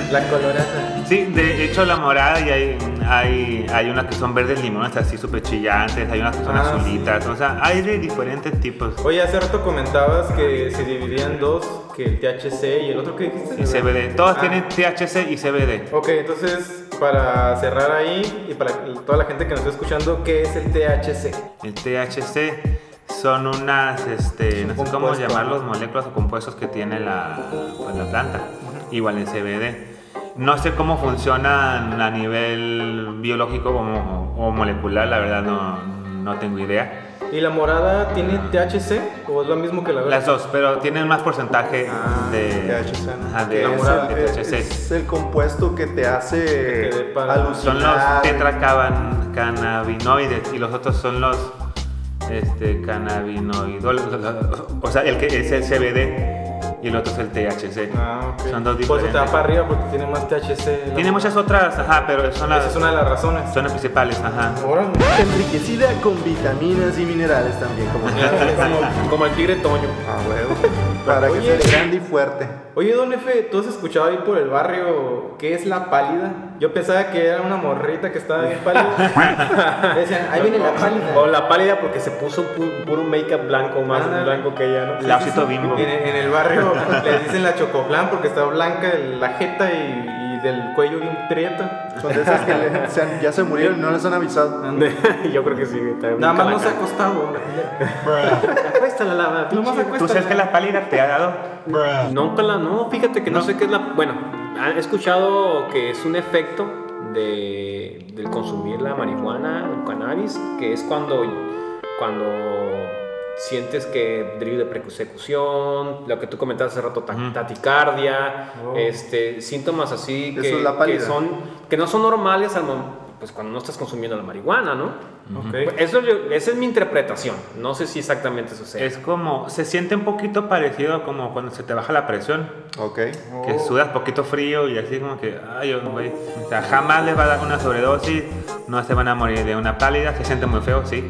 Speaker 2: la colorada.
Speaker 6: Sí, de hecho la morada y hay, hay, hay unas que son verdes limones así súper chillantes, hay unas que son
Speaker 2: Ah,
Speaker 6: azulitas, o sea, hay de diferentes tipos.
Speaker 2: Oye, hace rato comentabas que se dividían en dos, que el THC y el otro que dijiste.
Speaker 6: Y CBD, todas
Speaker 2: Ah.
Speaker 6: tienen THC y CBD.
Speaker 2: Ok, entonces para cerrar ahí y para toda la gente que nos está escuchando, ¿qué es el THC?
Speaker 6: El THC son unas, este, no sé cómo
Speaker 2: compuesto,
Speaker 6: llamarlos, moléculas o compuestos que tiene la, pues, la planta, igual el CBD. No sé cómo funcionan a nivel biológico o, mo- o molecular, la verdad no, no tengo idea.
Speaker 2: ¿Y la morada tiene THC o es lo mismo que la
Speaker 6: Las
Speaker 2: verde?
Speaker 6: dos, pero tienen más porcentaje
Speaker 2: Ah,
Speaker 6: de
Speaker 3: THC, ¿no?
Speaker 6: ajá, de-
Speaker 2: La
Speaker 6: de
Speaker 2: morada, eh,
Speaker 6: THC.
Speaker 3: Eh, Es el compuesto que te hace
Speaker 2: Que te dé para-
Speaker 6: Son los tetracannabinoides y los otros son los este, cannabinoidoles. O sea, el que es el CBD y el otro es el THC.
Speaker 2: Ah, ok.
Speaker 6: Son dos
Speaker 2: Por eso
Speaker 6: diferentes.
Speaker 2: te da para arriba porque tiene más THC. la
Speaker 6: Tiene muchas
Speaker 2: morada.
Speaker 6: otras, ajá, pero son
Speaker 2: Esa
Speaker 6: las,
Speaker 2: Ah, es una de las razones.
Speaker 6: son las principales, ajá.
Speaker 2: Órale.
Speaker 3: Enriquecida con vitaminas y minerales también, como
Speaker 7: Como, como el tigre Toño.
Speaker 3: Ah, huevo. Para que
Speaker 2: Oye.
Speaker 3: sea grande y fuerte.
Speaker 2: Oye, don Efe, ¿tú has escuchado ahí por el barrio qué es la pálida? Yo pensaba que era una morrita que estaba bien pálida. Decían, ahí viene la pálida.
Speaker 7: O la pálida porque se puso pu- puro make-up blanco, más
Speaker 2: Ándale.
Speaker 7: blanco que ella, ¿no?
Speaker 6: La osito bimbo.
Speaker 2: En, en el barrio les dicen la chocoflan porque está blanca el- la jeta y, y del cuello bien prieta.
Speaker 3: Son de esas que le- se han- ya se murieron y no les han avisado.
Speaker 7: Yo creo que sí. está bien
Speaker 2: Nada más no se
Speaker 7: calaca.
Speaker 2: ha acostado. Pues
Speaker 7: acuéstala, la- la pinche-
Speaker 2: Nomás acuéstala.
Speaker 6: ¿Tú sabes que la pálida te ha dado?
Speaker 7: Nunca la, no, fíjate que no, sé qué es la. Bueno, he escuchado que es un efecto de, del consumir la marihuana o cannabis, que es cuando, cuando sientes que deriva de persecución, lo que tú comentaste hace rato, ta- taticardia, este, síntomas así
Speaker 3: Eso
Speaker 7: que,
Speaker 3: es la
Speaker 7: que,
Speaker 3: pálida.
Speaker 7: son, que no son normales al mom- pues cuando no estás consumiendo la marihuana, ¿no? Pues Eso yo- esa es mi interpretación. No sé si exactamente eso sea.
Speaker 6: Es como, se siente un poquito parecido como cuando se te baja la presión,
Speaker 3: Ok.
Speaker 6: que sudas poquito frío y así como que, ay, yo, güey, o sea, jamás les va a dar una sobredosis, no se van a morir de una pálida, se siente muy feo, sí,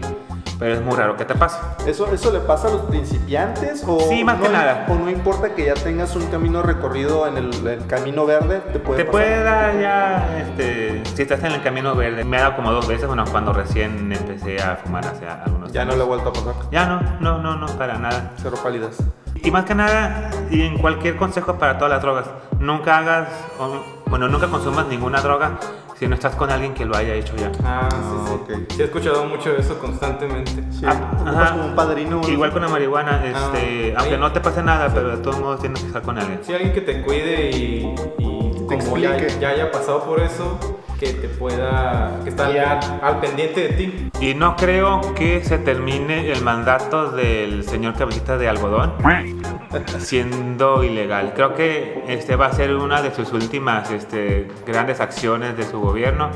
Speaker 6: pero es muy raro que te pase.
Speaker 3: ¿Eso, ¿Eso le pasa a los principiantes? O
Speaker 6: Sí, más
Speaker 3: no,
Speaker 6: que nada.
Speaker 3: ¿O no importa que ya tengas un camino recorrido en el, el camino verde? Te puede,
Speaker 6: Te
Speaker 3: pasar?
Speaker 6: puede dar ya, este, si estás en el camino verde, me ha dado como dos veces, bueno, cuando recién empecé a fumar hace algunos
Speaker 3: Ya no
Speaker 6: años.
Speaker 3: le he vuelto a pasar.
Speaker 6: Ya no, no, no, no, para nada.
Speaker 3: Cero pálidas.
Speaker 6: Y más que nada, y en cualquier consejo para todas las drogas, nunca hagas, o- bueno, nunca consumas ninguna droga si no estás con alguien que lo haya hecho ya.
Speaker 2: Ah, sí, sí.
Speaker 3: ok.
Speaker 2: Sí, he escuchado mucho eso constantemente.
Speaker 3: Sí.
Speaker 6: Ah,
Speaker 3: ocupas
Speaker 6: ajá.
Speaker 3: como un padrino. Ah, ¿no?
Speaker 6: Igual con la marihuana, este,
Speaker 2: ahí.
Speaker 6: aunque no te pase nada, pero de todos modos tienes que estar con alguien.
Speaker 2: Sí, alguien que te cuide y, y
Speaker 3: Te
Speaker 2: como ya,
Speaker 3: explique.
Speaker 2: ya haya pasado por eso, que te pueda, que está al, al pendiente de ti.
Speaker 6: Y no creo que se termine el mandato del señor cabecita de algodón siendo ilegal. Creo que este va a ser una de sus últimas este, grandes acciones de su gobierno,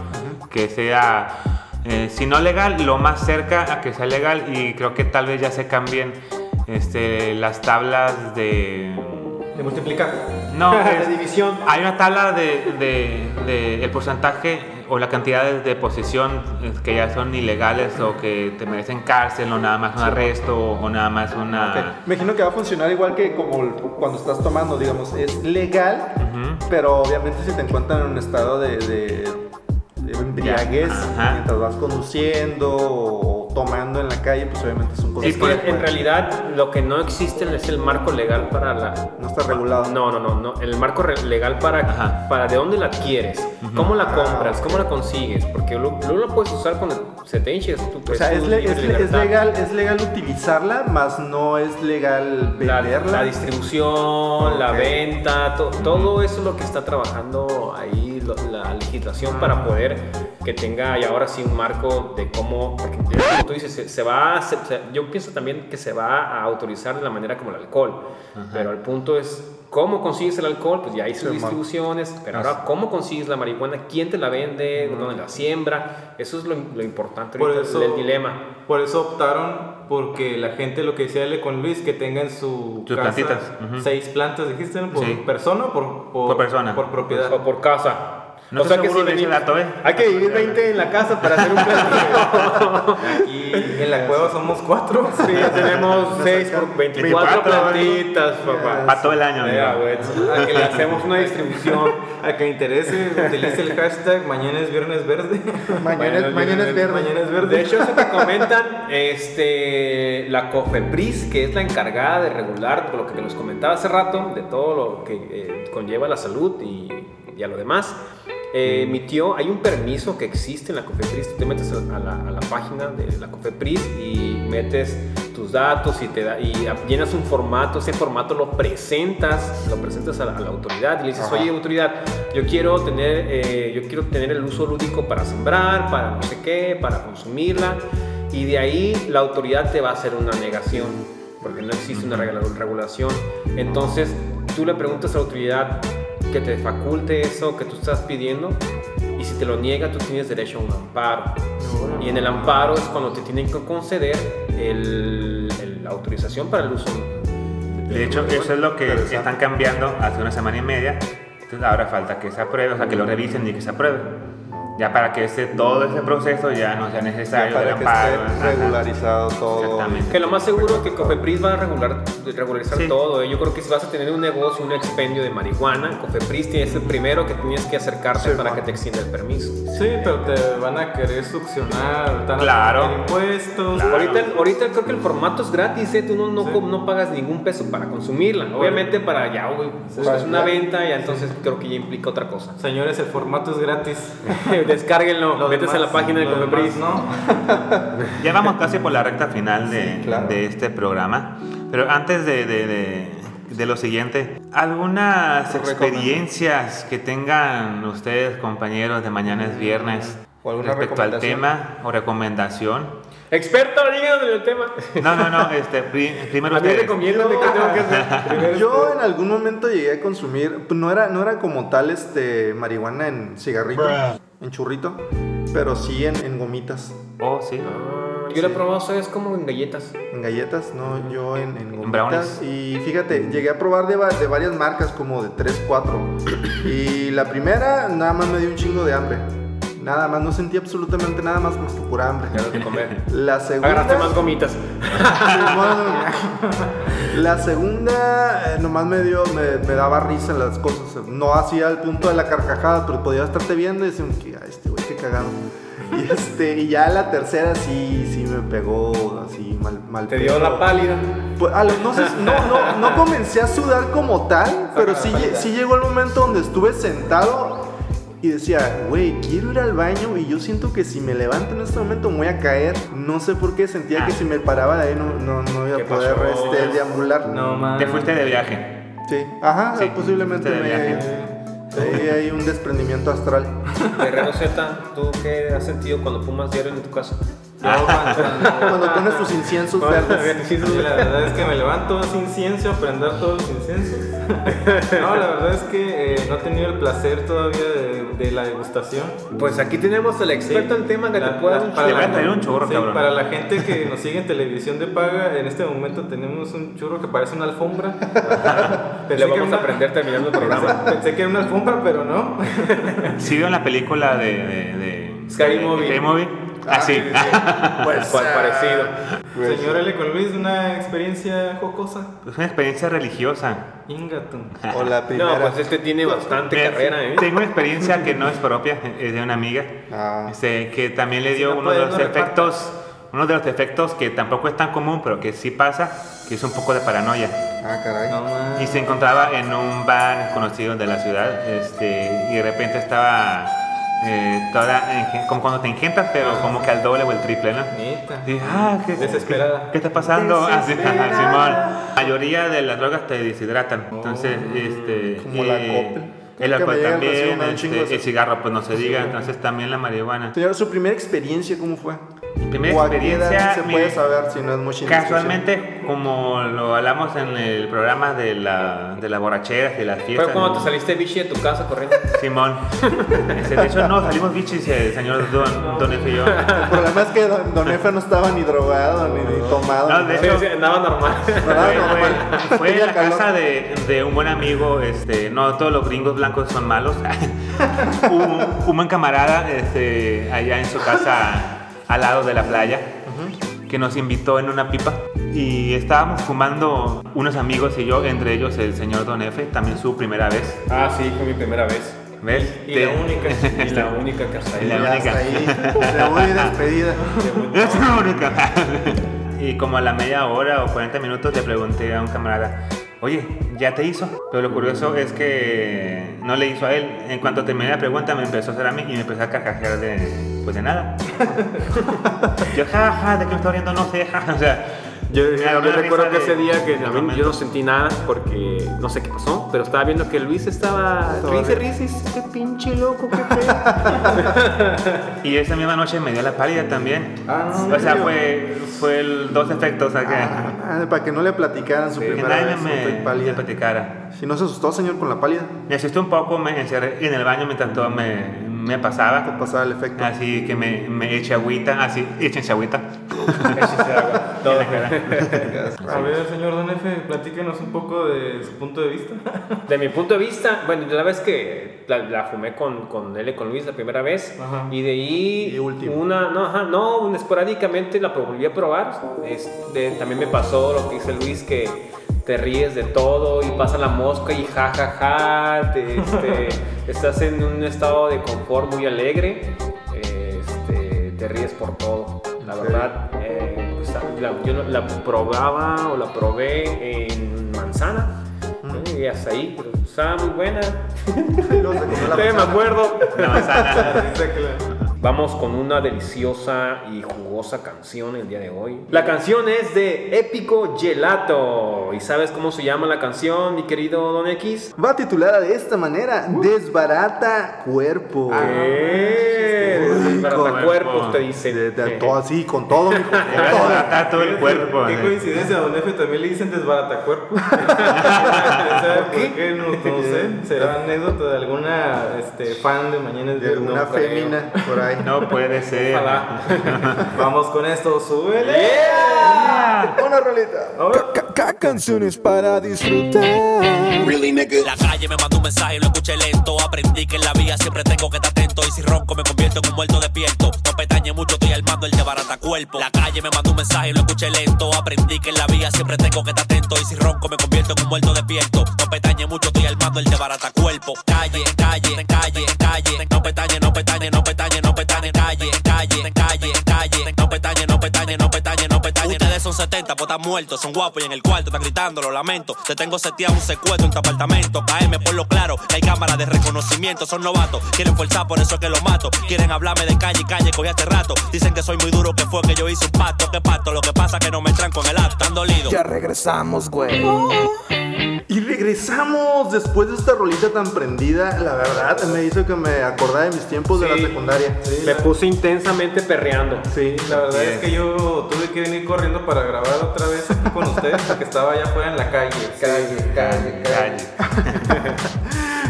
Speaker 6: que sea, eh, si no legal, lo más cerca a que sea legal y creo que tal vez ya se cambien este, las tablas de...
Speaker 2: De multiplicar.
Speaker 6: No,
Speaker 3: De
Speaker 6: es-
Speaker 3: división.
Speaker 6: hay una tabla de, de- de el porcentaje o la cantidad de, de posesión eh, que ya son ilegales o que te merecen cárcel o nada más un arresto o nada más una...
Speaker 7: Ah.
Speaker 3: Ok. Me imagino que va a funcionar igual que como el- cuando estás tomando, digamos, es legal,
Speaker 6: Ujú.
Speaker 3: pero obviamente si te encuentran en un estado de, de- de embriaguez
Speaker 6: Ajá.
Speaker 3: mientras vas conduciendo o, o tomando en la calle, pues obviamente es un
Speaker 7: Es
Speaker 3: concepto
Speaker 7: que
Speaker 3: de-
Speaker 7: en realidad lo que no existe es el marco legal para la...
Speaker 3: no está regulado.
Speaker 7: No, no, no, no. El marco re- legal para,
Speaker 6: Ajá.
Speaker 7: para de dónde la adquieres, cómo la
Speaker 3: Ah,
Speaker 7: compras,
Speaker 3: ok.
Speaker 7: cómo la consigues, porque lo- luego la puedes usar cuando se te hinches. tú,
Speaker 3: O
Speaker 7: pues,
Speaker 3: sea,
Speaker 7: tú
Speaker 3: es, le-
Speaker 7: libre
Speaker 3: es le- es
Speaker 7: libertad.
Speaker 3: legal, es legal utilizarla, más no es legal
Speaker 7: La,
Speaker 3: venderla.
Speaker 7: la distribución, la
Speaker 3: Ok.
Speaker 7: venta, to- todo eso es lo que está trabajando ahí lo- la legislación para poder que tenga y ahora sí un marco de cómo, porque ya como tú dices, se, se va, a- se- se- yo pienso también que se va a autorizar de la manera como el alcohol, pero el punto es cómo consigues el alcohol, pues ya hay sus
Speaker 3: Sí, man.
Speaker 7: distribuciones, pero ahora cómo consigues la marihuana, quién te la vende, dónde la siembra, eso es lo, lo importante,
Speaker 2: Por
Speaker 7: ahorita,
Speaker 2: eso-
Speaker 7: el dilema.
Speaker 2: Por eso optaron porque la gente, lo que decía él con Luis, que tenga en su
Speaker 6: Sus
Speaker 2: casa
Speaker 6: plantitas, ujú.
Speaker 2: seis plantas, dijiste, ¿no? por
Speaker 6: Sí.
Speaker 2: persona o por,
Speaker 6: Por persona.
Speaker 2: Por propiedad.
Speaker 7: O por casa.
Speaker 6: No estoy seguro de ese
Speaker 7: venimos-
Speaker 6: dato, ¿eh?
Speaker 7: Hay que vivir 20 en la casa para hacer un plan.
Speaker 2: Aquí en la cueva somos cuatro.
Speaker 7: sí, ya tenemos 6 por 24
Speaker 6: 24,
Speaker 7: plantitas,
Speaker 3: Ah,
Speaker 7: papá.
Speaker 6: Para todo el año.
Speaker 7: Ya,
Speaker 6: mira.
Speaker 7: güey, a que le hacemos una distribución.
Speaker 2: A que interese, utilice el hashtag mañana es viernes verde.
Speaker 3: Mañana es- mañana es verde.
Speaker 2: Mañana es verde.
Speaker 7: De hecho, eso que comentan, este, la COFEPRIS, que es la encargada de regular, por lo que les comentaba hace rato, de todo lo que eh, conlleva la salud y, y a lo demás, eh, emitió, hay un permiso que existe en la COFEPRIS, tú te metes a la, a la página de la COFEPRIS y metes tus datos y, te da, y llenas un formato, ese formato lo presentas, lo presentas a la, a la autoridad y le dices, oye autoridad, yo quiero tener, eh, yo quiero tener el uso lúdico para sembrar, para no sé qué, para consumirla y de ahí la autoridad te va a hacer una negación porque no existe una regla- regulación. Entonces tú le preguntas a la autoridad que te faculte eso que tú estás pidiendo y si te lo niega tú tienes derecho a un amparo. Y en el amparo es cuando te tienen que conceder el, el- la autorización para el uso.
Speaker 6: De hecho, eso es lo que
Speaker 3: Interesante.
Speaker 6: están cambiando hace una semana y media. Entonces ahora falta que se apruebe, o sea, que lo revisen y que se apruebe. Ya para que ese, todo ese proceso ya no sea
Speaker 3: Ya
Speaker 6: necesario del
Speaker 3: para que
Speaker 6: amparo,
Speaker 3: esté
Speaker 6: ajá.
Speaker 3: regularizado todo.
Speaker 6: Exactamente.
Speaker 7: Que lo más seguro es que Cofepris va a regular, regularizar
Speaker 6: Sí.
Speaker 7: todo. ¿eh? Yo creo que si vas a tener un negocio, un expendio de marihuana, Cofepris es el primero que tienes que acercarte
Speaker 3: Sí,
Speaker 7: para
Speaker 3: ma.
Speaker 7: que te extienda el permiso.
Speaker 2: Sí, pero te van a querer succionar, te van
Speaker 6: Claro.
Speaker 2: a poner impuestos.
Speaker 7: Ahorita, ahorita creo que el formato es gratis, ¿eh? tú no, no,
Speaker 2: Sí.
Speaker 7: co- no pagas ningún peso para consumirla. Obviamente para ya, güey,
Speaker 3: Para-
Speaker 7: es una venta y entonces creo que ya implica otra cosa.
Speaker 2: Señores, el formato es gratis.
Speaker 7: Descárguenlo,
Speaker 2: Lo
Speaker 7: métanse a la
Speaker 2: demás-
Speaker 7: página de
Speaker 2: lo demás
Speaker 7: Cofepris.
Speaker 2: No.
Speaker 6: Ya vamos casi por la recta final de,
Speaker 2: claro.
Speaker 6: de este programa. Pero antes de, de- de- de lo siguiente, ¿algunas experiencias que tengan ustedes, compañeros, de mañana es viernes
Speaker 3: ¿O alguna
Speaker 6: respecto al
Speaker 3: recomendación?
Speaker 6: tema o recomendación?
Speaker 7: Experto, díganos del tema.
Speaker 6: No, no, no, este, pri- primero
Speaker 7: A mí
Speaker 6: ustedes.
Speaker 7: recomiéndame qué tengo que hacer. Primero
Speaker 3: Yo en algún momento llegué a consumir, pues, no era, no era como tal este marihuana en cigarrito, en churrito, pero sí en, en gomitas,
Speaker 6: Oh, sí.
Speaker 7: Yo lo he probado, ¿sabes? Como en galletas.
Speaker 3: en galletas, no, yo en, en
Speaker 6: brownies.
Speaker 3: gomitas. Y fíjate, llegué a probar de, va- de varias marcas, como de 3, 4. Y la primera nada más me dio un chingo de hambre. Nada más, no sentí absolutamente nada más más que pura hambre.
Speaker 7: Ganas de comer.
Speaker 3: La segunda...
Speaker 7: Agarraste más gomitas.
Speaker 3: La segunda eh, nomás me dio, me, me daba risa las cosas. No hacía el punto de la carcajada, pero podía estarte viendo y decir, que "Ay, este güey, qué cagado. Y, este, y ya la tercera sí, sí me pegó, así mal, mal
Speaker 7: Te dio
Speaker 3: pedo.
Speaker 7: la pálida.
Speaker 3: Pues, a los- no, sé, no, no, no comencé a sudar como tal, pero sí, lle- sí llegó el momento donde estuve sentado y decía, güey, quiero ir al baño y yo siento que si me levanto en este momento me voy a caer. No sé por qué sentía que si me paraba de ahí no, no, no iba a
Speaker 7: ¿Qué
Speaker 3: poder
Speaker 7: pasó?
Speaker 3: este, deambular.
Speaker 2: No mames.
Speaker 6: Te fuiste de viaje.
Speaker 3: Sí, ajá,
Speaker 6: Sí,
Speaker 3: posiblemente
Speaker 6: fuiste de
Speaker 3: me, ahí hay un desprendimiento astral.
Speaker 7: Guerrero Z, ¿tú qué has sentido cuando fumas diario en tu casa?
Speaker 3: Cuando pones tus inciensos verdes.
Speaker 2: Yo la verdad es que me levanto sin incienso, a prender todos los inciensos. No, la verdad es que eh, no he tenido el placer todavía de, de la degustación.
Speaker 7: Pues aquí tenemos al experto en tema que
Speaker 2: La-
Speaker 7: te pueda
Speaker 2: la-
Speaker 7: dar un
Speaker 2: para
Speaker 6: Le
Speaker 2: la-
Speaker 6: voy a traer un churro,
Speaker 2: sí,
Speaker 6: cabrón.
Speaker 2: Para la gente que nos sigue en televisión de paga, en este momento tenemos un churro que parece una alfombra.
Speaker 7: Le vamos a aprender terminando el programa.
Speaker 2: Pensé que era una alfombra, pero no.
Speaker 6: ¿Sí vieron la película de... de, de-
Speaker 7: Scary
Speaker 6: de-
Speaker 7: Movie.
Speaker 6: Scary Movie? Ah, sí.
Speaker 3: Pues,
Speaker 7: Cual parecido. Pues.
Speaker 2: Señor L. con Luis, una experiencia jocosa.
Speaker 6: Es una experiencia religiosa.
Speaker 2: Ingatum.
Speaker 3: O la primera.
Speaker 7: No, pues este tiene bastante
Speaker 6: Mira,
Speaker 7: carrera, ¿eh?
Speaker 6: Tengo una experiencia que no es propia, es de una amiga,
Speaker 3: Ah.
Speaker 6: este, que también le
Speaker 2: no
Speaker 6: dio uno de
Speaker 2: puedes,
Speaker 6: los
Speaker 2: no
Speaker 6: efectos, uno de los efectos que tampoco es tan común, pero que sí pasa, que es un poco de paranoia.
Speaker 3: Ah, caray.
Speaker 2: No mames.
Speaker 6: Y se encontraba en un bar conocido de la ciudad, este, y de repente estaba eh, toda, enge- como cuando te engentas, pero como que al doble o el triple, ¿no?
Speaker 2: Neta.
Speaker 6: Sí, ah, ¿qué,
Speaker 2: Desesperada.
Speaker 6: ¿Qué, qué está pasando? Ah, sí, ajá, Simón. La mayoría de las drogas te deshidratan. Entonces, este.
Speaker 3: Oh, Como la Coppel.
Speaker 6: El
Speaker 3: Creo que me
Speaker 6: alcohol
Speaker 3: llega el recibo,
Speaker 6: también,
Speaker 3: me da un
Speaker 6: este,
Speaker 3: chingo de-
Speaker 6: el cigarro, pues no se diga. Entonces, también la marihuana.
Speaker 3: Señor, ¿su primera experiencia cómo fue?
Speaker 6: Mi primera
Speaker 3: ¿O a qué edad
Speaker 6: experiencia.
Speaker 3: se
Speaker 6: mi-
Speaker 3: puede saber si no es mucha
Speaker 6: Casualmente, como lo hablamos en el programa de, la, de las borracheras, de las fiestas.
Speaker 7: Fue cuando te
Speaker 6: ¿no?
Speaker 7: saliste bichi de tu casa corriendo.
Speaker 6: Simón. Este, de hecho, no, salimos bichis, el señor Don, Don F y yo.
Speaker 3: El problema es que don, don Efe no estaba ni drogado ni, ni tomado.
Speaker 6: No, de
Speaker 7: Sí,
Speaker 6: hecho,
Speaker 7: sí, andaba normal.
Speaker 3: ¿verdad?
Speaker 6: Fue-
Speaker 3: Normal.
Speaker 6: Fue, fue en
Speaker 3: Ah, Tenía
Speaker 6: la
Speaker 3: calor.
Speaker 6: casa de, de un buen amigo, este, no todos los gringos blancos son malos. un, un buen camarada este, allá en su casa al lado de la playa que nos invitó en una pipa y estábamos fumando unos amigos y yo, entre ellos el señor Don F, también su primera vez.
Speaker 7: Ah, sí, fue mi primera vez.
Speaker 6: ¿Ves?
Speaker 7: Y
Speaker 6: Te-
Speaker 7: la única. Y la única que hasta ahí.
Speaker 6: Y la
Speaker 3: Ya
Speaker 6: única.
Speaker 3: hasta ahí. Se voy despedida.
Speaker 6: Es la única. Y como a la media hora o 40 minutos le pregunté a un camarada, oye, ¿ya te hizo? Pero lo curioso es que no le hizo a él. En cuanto terminé la pregunta me empezó a hacer a mí y me empecé a carcajear de, pues de nada. yo, jaja, ¿de qué me está riendo? No sé, ja, ja", o sea...
Speaker 7: Yo,
Speaker 6: me
Speaker 7: yo
Speaker 6: da una
Speaker 7: recuerdo
Speaker 6: risa
Speaker 7: que ese
Speaker 6: de-
Speaker 7: día que
Speaker 6: de
Speaker 7: a mí
Speaker 6: momento.
Speaker 7: yo no sentí nada porque no sé qué pasó, pero estaba viendo que Luis estaba
Speaker 3: Estaba
Speaker 7: risa,
Speaker 3: bien.
Speaker 7: risa, y dice, este pinche loco, qué pedo.
Speaker 6: Y esa misma noche me dio la pálida también.
Speaker 3: Ah, ¿en
Speaker 6: o sea,
Speaker 3: serio?
Speaker 6: fue, fue el- dos efectos. O sea, que,
Speaker 3: Ah, para que no le platicaran su
Speaker 6: que
Speaker 3: primera
Speaker 6: nadie
Speaker 3: vez. no estoy
Speaker 6: me, me
Speaker 3: pálida.
Speaker 6: platicara.
Speaker 3: Si no se asustó, señor, con la pálida.
Speaker 6: Me asusté un poco, me encerré en el baño mientras todo me, me
Speaker 3: Te
Speaker 6: pasaba.
Speaker 3: pasaba el efecto.
Speaker 6: Así que me, me eché agüita, así, échense agüita. En la cara.
Speaker 2: A ver, señor Don F, platíquenos un poco de su punto de vista.
Speaker 7: De mi punto de vista, bueno, la vez que la, la fumé con, con él y con Luis la primera vez,
Speaker 2: Ajá.
Speaker 7: y de ahí
Speaker 3: Y última.
Speaker 7: una, no, ajá, no, un- esporádicamente la volví a probar. Este, también me pasó lo que dice Luis, que te ríes de todo y pasa la mosca y ja, ja, ja, te- este, estás en un estado de confort muy alegre, este, te ríes por todo, la
Speaker 3: Ok.
Speaker 7: verdad. eh, pues, la- yo la probaba o la probé en manzana. ¿no? y hasta ahí. Pero estaba muy buena.
Speaker 3: Luego se comió la
Speaker 7: Todavía me
Speaker 3: manzana.
Speaker 7: acuerdo.
Speaker 6: No, o sea,
Speaker 7: Vamos con una deliciosa y jugosa canción el día de hoy. La canción es de Épico Gelato. ¿Y sabes cómo se llama la canción, mi querido Don X?
Speaker 3: Va titulada de esta manera: Desbarata cuerpo.
Speaker 7: Ah, Eh,
Speaker 3: rico.
Speaker 7: cuerpos te dicen.
Speaker 3: De- de- todo así, con todo, mijo, con
Speaker 6: te va a
Speaker 3: todo.
Speaker 6: desbaratar todo el cuerpo.
Speaker 2: Qué
Speaker 6: eh.
Speaker 2: coincidencia, a Don F también le dicen desbaratacuerpo. ¿Sabe por qué? No, no sé. Será anécdota de alguna este, fan de Mañana es
Speaker 3: De alguna
Speaker 2: no creo.
Speaker 3: fémina por ahí.
Speaker 6: No puede ser.
Speaker 2: Ojalá. Vamos con esto, súbele.
Speaker 3: Una rolita.
Speaker 9: canciones para disfrutar.
Speaker 11: La calle me mandó un mensaje, lo escuché lento. Aprendí que en la vía siempre tengo que estar atento. Y si ronco, me convierto en un muerto despierto. No petañe mucho, estoy armando el de barata cuerpo. La calle me mandó un mensaje, lo escuché lento. Aprendí que en la vía siempre tengo que estar atento. Y si ronco, me convierto en un muerto despierto. No petañe mucho, estoy armando el de barata cuerpo. Calle, en calle, en calle, en calle. No petañe, no petañe, no petañe, no petañe. Calle, en calle, en calle, en calle. No petañe, no petañe, no petañe, no petañe. Ustedes son 70, pues están muertos, son guapos y en el cuarto están gritando, lo lamento. Te tengo seteado un secuestro en tu apartamento. KM, por lo claro, que hay cámara de reconocimiento, son novatos. Quieren forzar, por eso es que los mato. Quieren hablarme de calle y calle, cogí hace rato. Dicen que soy muy duro, que fue que yo hice un pacto, que pacto. Lo que pasa que no me entran con el acto, están dolidos.
Speaker 10: Ya regresamos, güey.
Speaker 3: Y regresamos después de esta rolita tan prendida. La verdad, me hizo que me acordara de mis tiempos de la
Speaker 7: Sí.
Speaker 3: secundaria.
Speaker 7: Me puse intensamente perreando.
Speaker 3: Sí,
Speaker 2: La verdad es que yo tuve que venir corriendo para grabar otra vez aquí con ustedes porque estaba allá afuera en la calle. Calle, calle, calle.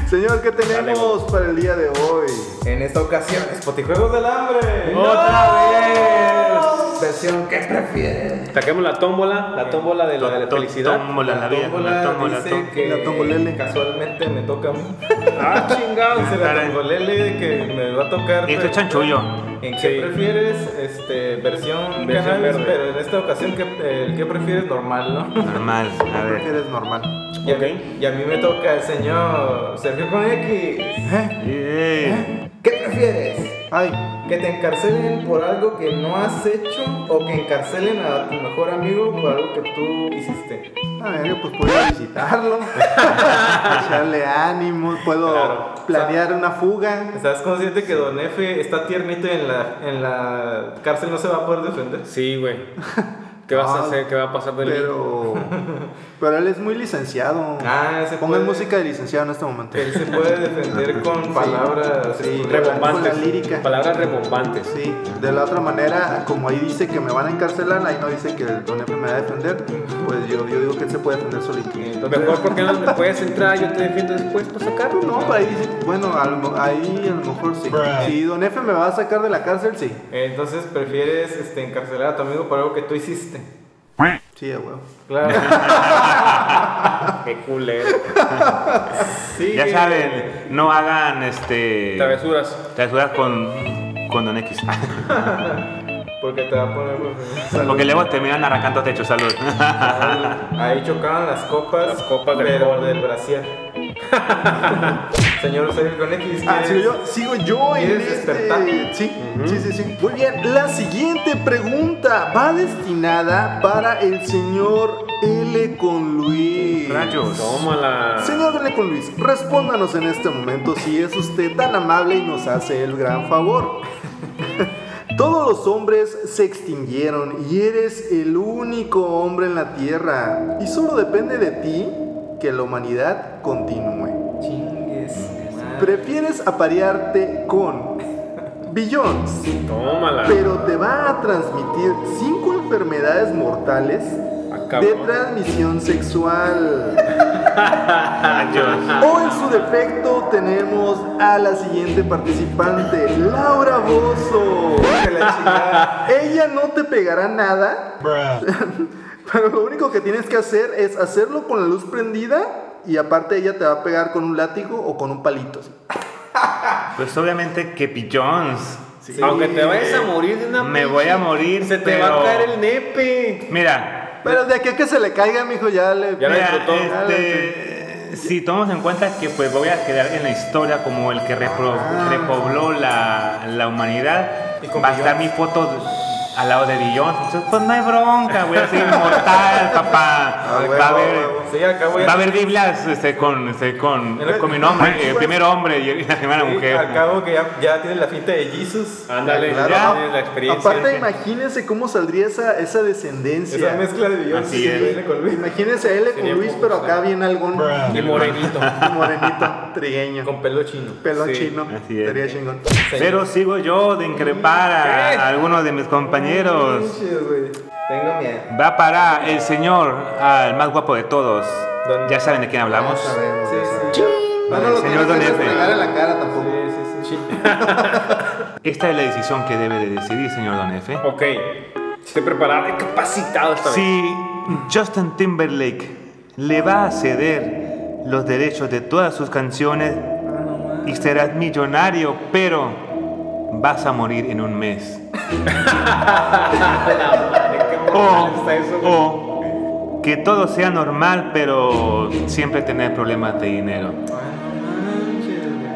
Speaker 3: Señor, ¿qué tenemos para el día de hoy?
Speaker 2: En esta ocasión, Spotijuegos del Hambre.
Speaker 7: ¡Otra vez!
Speaker 10: Versión que prefieres.
Speaker 7: Saquemos la tómbola, la tómbola de la, de
Speaker 6: To-
Speaker 7: la
Speaker 6: to-
Speaker 7: felicidad.
Speaker 6: Tómbola la vida,
Speaker 2: tómbola
Speaker 6: la tómbola,
Speaker 2: dice
Speaker 6: tómbola.
Speaker 2: que
Speaker 3: la tombolele.
Speaker 2: casualmente me toca a mí. ah, chingado, se la
Speaker 6: Caray.
Speaker 2: tombolele que me va a tocar.
Speaker 6: Esto es chanchullo.
Speaker 2: ¿En qué prefieres? Este, versión,
Speaker 7: Versión
Speaker 2: cannabis,
Speaker 7: verde.
Speaker 2: pero en esta ocasión ¿qué- el que prefieres normal, ¿no?
Speaker 6: Normal, a ver.
Speaker 3: Eres normal.
Speaker 2: Y, a mí, y a mí me toca el señor Sergio con X.
Speaker 6: Yeah.
Speaker 2: ¿Qué prefieres?
Speaker 3: Ay,
Speaker 2: ¿Que te encarcelen por algo que no has hecho o que encarcelen a tu mejor amigo por algo que tú hiciste?
Speaker 3: a ver, pues puedo ir a visitarlo, echarle ánimo, puedo
Speaker 2: Claro.
Speaker 3: planear una fuga.
Speaker 2: ¿Estás consciente que Don F está tiernito y en la, en la cárcel no se va a poder defender?
Speaker 7: Sí, güey. ¿Qué vas
Speaker 3: Ah,
Speaker 7: a hacer? ¿Qué va a pasar de mí?
Speaker 3: Pero, pero él es muy licenciado.
Speaker 2: Ah, ese
Speaker 3: Pongan
Speaker 2: puede-
Speaker 3: música de licenciado en este momento.
Speaker 2: Él se puede defender con palabras
Speaker 3: Sí,
Speaker 2: este,
Speaker 3: con la
Speaker 7: Rebombantes.
Speaker 3: lírica.
Speaker 7: Palabras rebombantes.
Speaker 3: Sí, de la otra manera, como ahí dice que me van a encarcelar, ahí no dice que el don Efe me va a defender, pues yo, yo digo que él se puede defender solito.
Speaker 7: Mejor porque no me puedes entrar, yo te defiendo después
Speaker 2: pues
Speaker 7: para sacarlo,
Speaker 3: No, pero ahí dice, bueno, a lo mo- ahí a lo mejor sí. Si don Efe me va a sacar de la cárcel, sí.
Speaker 2: Entonces prefieres este, encarcelar a tu amigo por algo que tú hiciste.
Speaker 3: Sí, a huevo.
Speaker 2: Claro.
Speaker 7: Qué culero.
Speaker 2: Sí,
Speaker 6: Ya saben, no hagan este.
Speaker 7: Travesuras.
Speaker 6: Travesuras con. con Don X.
Speaker 2: Porque te va a poner los-
Speaker 6: Porque luego terminan arrancando techo, salud.
Speaker 2: Ahí chocaban las copas,
Speaker 7: Las copas del
Speaker 2: pero
Speaker 7: gol.
Speaker 2: del brasier. Señor Sergio con X.
Speaker 3: Ah,
Speaker 2: ¿qué
Speaker 3: sigo
Speaker 2: es?
Speaker 3: yo, sigo yo en
Speaker 2: ¿Quieres despertar?
Speaker 3: este. Sí, sí, sí, sí. Muy bien, la siguiente pregunta va destinada para el señor L con Luis.
Speaker 6: Rayos.
Speaker 7: Tómala.
Speaker 3: Señor René con Luis, respóndanos en este momento si es usted tan amable y nos hace el gran favor. Todos los hombres se extinguieron y eres el único hombre en la Tierra. Y solo depende de ti que la humanidad continúe.
Speaker 2: Chingues.
Speaker 3: ¿Prefieres aparearte con Billions,
Speaker 7: Tómala.
Speaker 3: pero te va a transmitir cinco enfermedades mortales
Speaker 7: Acabó.
Speaker 3: de transmisión sexual?
Speaker 6: Rayos.
Speaker 3: O en su defecto tenemos a la siguiente participante, Laura Bozo. Ella no te pegará nada, pero lo único que tienes que hacer es hacerlo con la luz prendida y aparte ella te va a pegar con un látigo o con un palito. así.
Speaker 6: Pues obviamente que pichones.
Speaker 7: Aunque te vayas a morir de una
Speaker 6: Me
Speaker 7: pinche-
Speaker 6: voy a morir.
Speaker 7: Se te va
Speaker 6: pero-
Speaker 7: a caer el nepe.
Speaker 6: Mira,
Speaker 3: Pero de aquí a que se le caiga, mijo, ya le...
Speaker 7: Ya la
Speaker 6: Mira,
Speaker 7: disfrutó.
Speaker 6: este, si tomamos en cuenta que pues voy a quedar en la historia como el que repro- repobló la, la humanidad,
Speaker 2: Y con
Speaker 6: va a estar mi
Speaker 2: Beyoncé.
Speaker 6: foto al lado de Beyoncé. Entonces, pues no hay bronca, voy a ser inmortal, papá.
Speaker 3: huevo,
Speaker 2: Ah,
Speaker 6: va a haber
Speaker 3: huevo.
Speaker 2: Sí, al cabo ya-
Speaker 6: Va a haber biblas este, con, este, con, con mi nombre, eh, el primer hombre y la primera
Speaker 2: Sí,
Speaker 6: mujer.
Speaker 2: Al cabo que ya, ya tiene la finta de Jesus.
Speaker 6: Ándale,
Speaker 2: Claro,
Speaker 6: ya.
Speaker 2: tiene la experiencia.
Speaker 3: ah, Aparte, imagínense cómo saldría esa, esa descendencia.
Speaker 2: Esa mezcla de Beyoncé
Speaker 6: Así
Speaker 2: y
Speaker 6: es.
Speaker 2: L con Luis.
Speaker 3: Imagínense a él con
Speaker 2: Sería
Speaker 3: Luis,
Speaker 2: como-
Speaker 3: pero acá bien algún
Speaker 2: Y morenito.
Speaker 3: morenito, trigueño,
Speaker 2: Con pelo chino.
Speaker 3: pelón
Speaker 2: Sí.
Speaker 3: chino.
Speaker 6: Así es.
Speaker 3: Sería chingón.
Speaker 6: Pero sigo yo de increpar a, a algunos de mis compañeros.
Speaker 2: Chido, güey.
Speaker 6: Pues.
Speaker 2: Tengo miedo.
Speaker 6: Va para el señor, al más guapo de todos.
Speaker 2: Don-
Speaker 6: Ya saben de quién hablamos.
Speaker 2: Sí, sí.
Speaker 3: No, no
Speaker 6: El
Speaker 3: lo
Speaker 6: señor
Speaker 3: tienen que
Speaker 6: Don F.
Speaker 3: restregar en la cara tampoco.
Speaker 2: Sí, sí, sí.
Speaker 6: Esta es la decisión que debe de decidir, señor Don F.
Speaker 7: Ok. Estoy preparado y capacitado esta vez.
Speaker 6: Si Justin Timberlake le va a ceder los derechos de todas sus canciones y serás millonario, pero vas a morir en un mes. o, o que todo sea normal, pero siempre tener problemas de dinero.